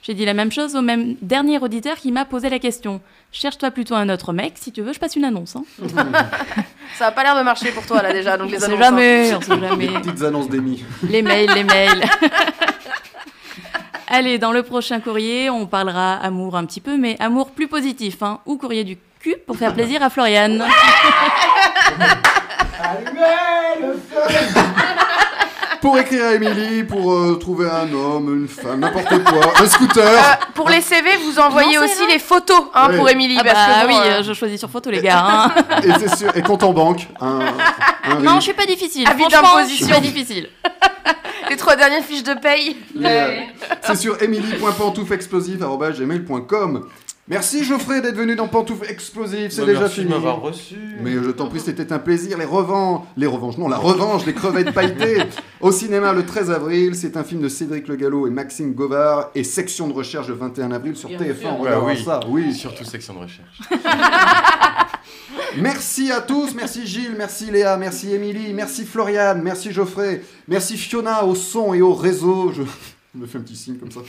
Speaker 12: J'ai dit la même chose au même dernier auditeur qui m'a posé la question. Cherche-toi plutôt un autre mec, si tu veux, je passe une annonce. hein.
Speaker 6: Ça a pas l'air de marcher pour toi là déjà, donc
Speaker 12: On
Speaker 6: les
Speaker 12: sait
Speaker 6: annonces.
Speaker 12: jamais,
Speaker 6: hein.
Speaker 12: on sait jamais.
Speaker 2: Les petites annonces d'Emmy.
Speaker 12: Les mails, les mails. Allez, dans le prochain courrier, on parlera amour un petit peu, mais amour plus positif, hein, ou courrier du cul pour faire plaisir à Floriane.
Speaker 2: Pour écrire à Émilie, pour euh, trouver un homme, une femme, n'importe quoi, un scooter.
Speaker 6: Euh, Pour les CV, vous envoyez
Speaker 12: Non, c'est
Speaker 6: aussi les photos hein,
Speaker 2: Ouais.
Speaker 6: pour Émilie.
Speaker 12: Ah
Speaker 6: parce que
Speaker 12: bah
Speaker 6: bon,
Speaker 12: oui,
Speaker 6: euh,
Speaker 12: euh, je choisis sur photo les gars. hein.
Speaker 2: Et, c'est sûr- et compte en banque. Un, un
Speaker 12: Non,
Speaker 2: RIB.
Speaker 12: je suis pas difficile.
Speaker 6: Avis
Speaker 12: Franchement, je suis
Speaker 6: d'imposition.
Speaker 12: pas difficile.
Speaker 6: les trois dernières fiches de paye.
Speaker 2: Les, euh, C'est sur emily.pantoufexplosif.com. Merci Geoffrey d'être venu dans Pantouf Explosif, c'est
Speaker 5: Bah,
Speaker 2: déjà
Speaker 5: merci de
Speaker 2: fini.
Speaker 5: m'avoir reçu.
Speaker 2: Mais euh, je t'en prie, c'était un plaisir. Les revanches, les revanches, non, la revanche des crevettes pailletées au cinéma le 13 avril. C'est un film de Cédric Le Gallo et Maxime Govard et section de recherche le 21 avril sur
Speaker 5: Bien
Speaker 2: TF1.
Speaker 5: sûr.
Speaker 2: On
Speaker 5: Bah
Speaker 2: regardera
Speaker 5: oui.
Speaker 2: ça, oui.
Speaker 5: Surtout section de recherche.
Speaker 2: Merci à tous, merci Gilles, merci Léa, merci Émilie, merci Floriane, merci Geoffrey, merci Fiona au son et au réseau. Je je me fais un petit signe comme ça.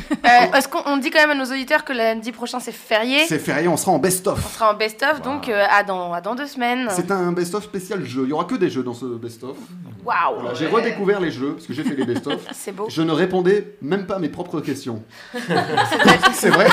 Speaker 6: Euh, Est-ce qu'on on dit quand même à nos auditeurs que lundi prochain c'est férié
Speaker 2: C'est férié, on sera en
Speaker 6: On
Speaker 2: best-of.
Speaker 6: sera en best-of, donc euh, à, dans, à dans deux semaines.
Speaker 2: C'est un best-of spécial jeu. Il y aura que des jeux dans ce best-of.
Speaker 6: Waouh
Speaker 2: Voilà, J'ai redécouvert les jeux parce que j'ai fait les best-of.
Speaker 6: C'est beau.
Speaker 2: Je ne répondais même pas à mes propres questions. C'est vrai.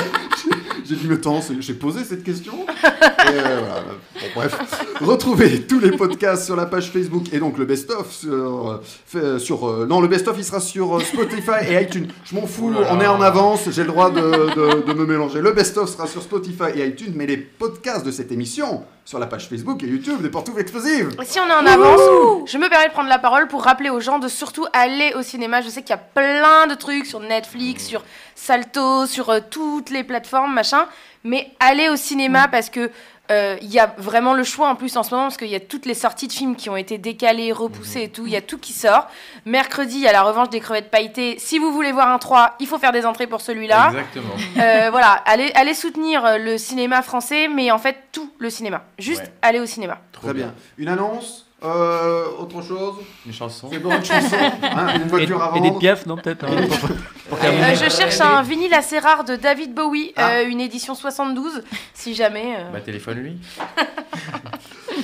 Speaker 2: J'ai dit, mais attends, c'est- j'ai posé cette question. Et, euh, voilà. Bon, bref. Retrouvez tous les podcasts sur la page Facebook et donc le best-of sur. euh, fait- euh, sur euh, non, le best-of il sera sur euh, Spotify et iTunes. Je m'en fous,
Speaker 5: Oh là
Speaker 2: on
Speaker 5: là.
Speaker 2: est en avance, j'ai le droit de, de- de me mélanger. Le best-of sera sur Spotify et iTunes, mais les podcasts de cette émission sur la page Facebook et YouTube des Portoufles Explosives.
Speaker 6: Si on est en avance, je me permets de prendre la parole pour rappeler aux gens de surtout aller au cinéma. Je sais qu'il y a plein de trucs sur Netflix, sur Salto, sur euh, toutes les plateformes, machin. Mais allez au cinéma parce que euh, il y a vraiment le choix en plus en ce moment parce qu'il y a toutes les sorties de films qui ont été décalées, repoussées et tout. Il y a tout qui sort. Mercredi, il y a la revanche des crevettes pailletées. Si vous voulez voir un 3, il faut faire des entrées pour celui-là.
Speaker 5: Exactement.
Speaker 6: Euh, voilà, allez, allez soutenir euh, le cinéma français, mais en fait tout le cinéma. Juste
Speaker 5: Ouais.
Speaker 6: allez au cinéma.
Speaker 2: Très bien. Une annonce euh, Autre chose
Speaker 5: Une chanson.
Speaker 2: C'est bon, une chanson hein, Une voiture à
Speaker 4: et, et
Speaker 2: vendre
Speaker 4: des piafs, non, peut-être hein, pour- pour terminer.
Speaker 6: Euh, je cherche un vinyle assez rare de David Bowie, euh, une édition 72, si jamais. euh.
Speaker 5: Bah téléphone lui.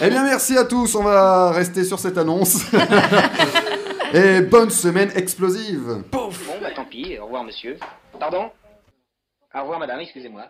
Speaker 2: Eh bien, merci à tous. On va rester sur cette annonce. Et bonne semaine explosive.
Speaker 14: Bon, bah tant pis, au revoir monsieur. Pardon Au revoir madame, excusez-moi.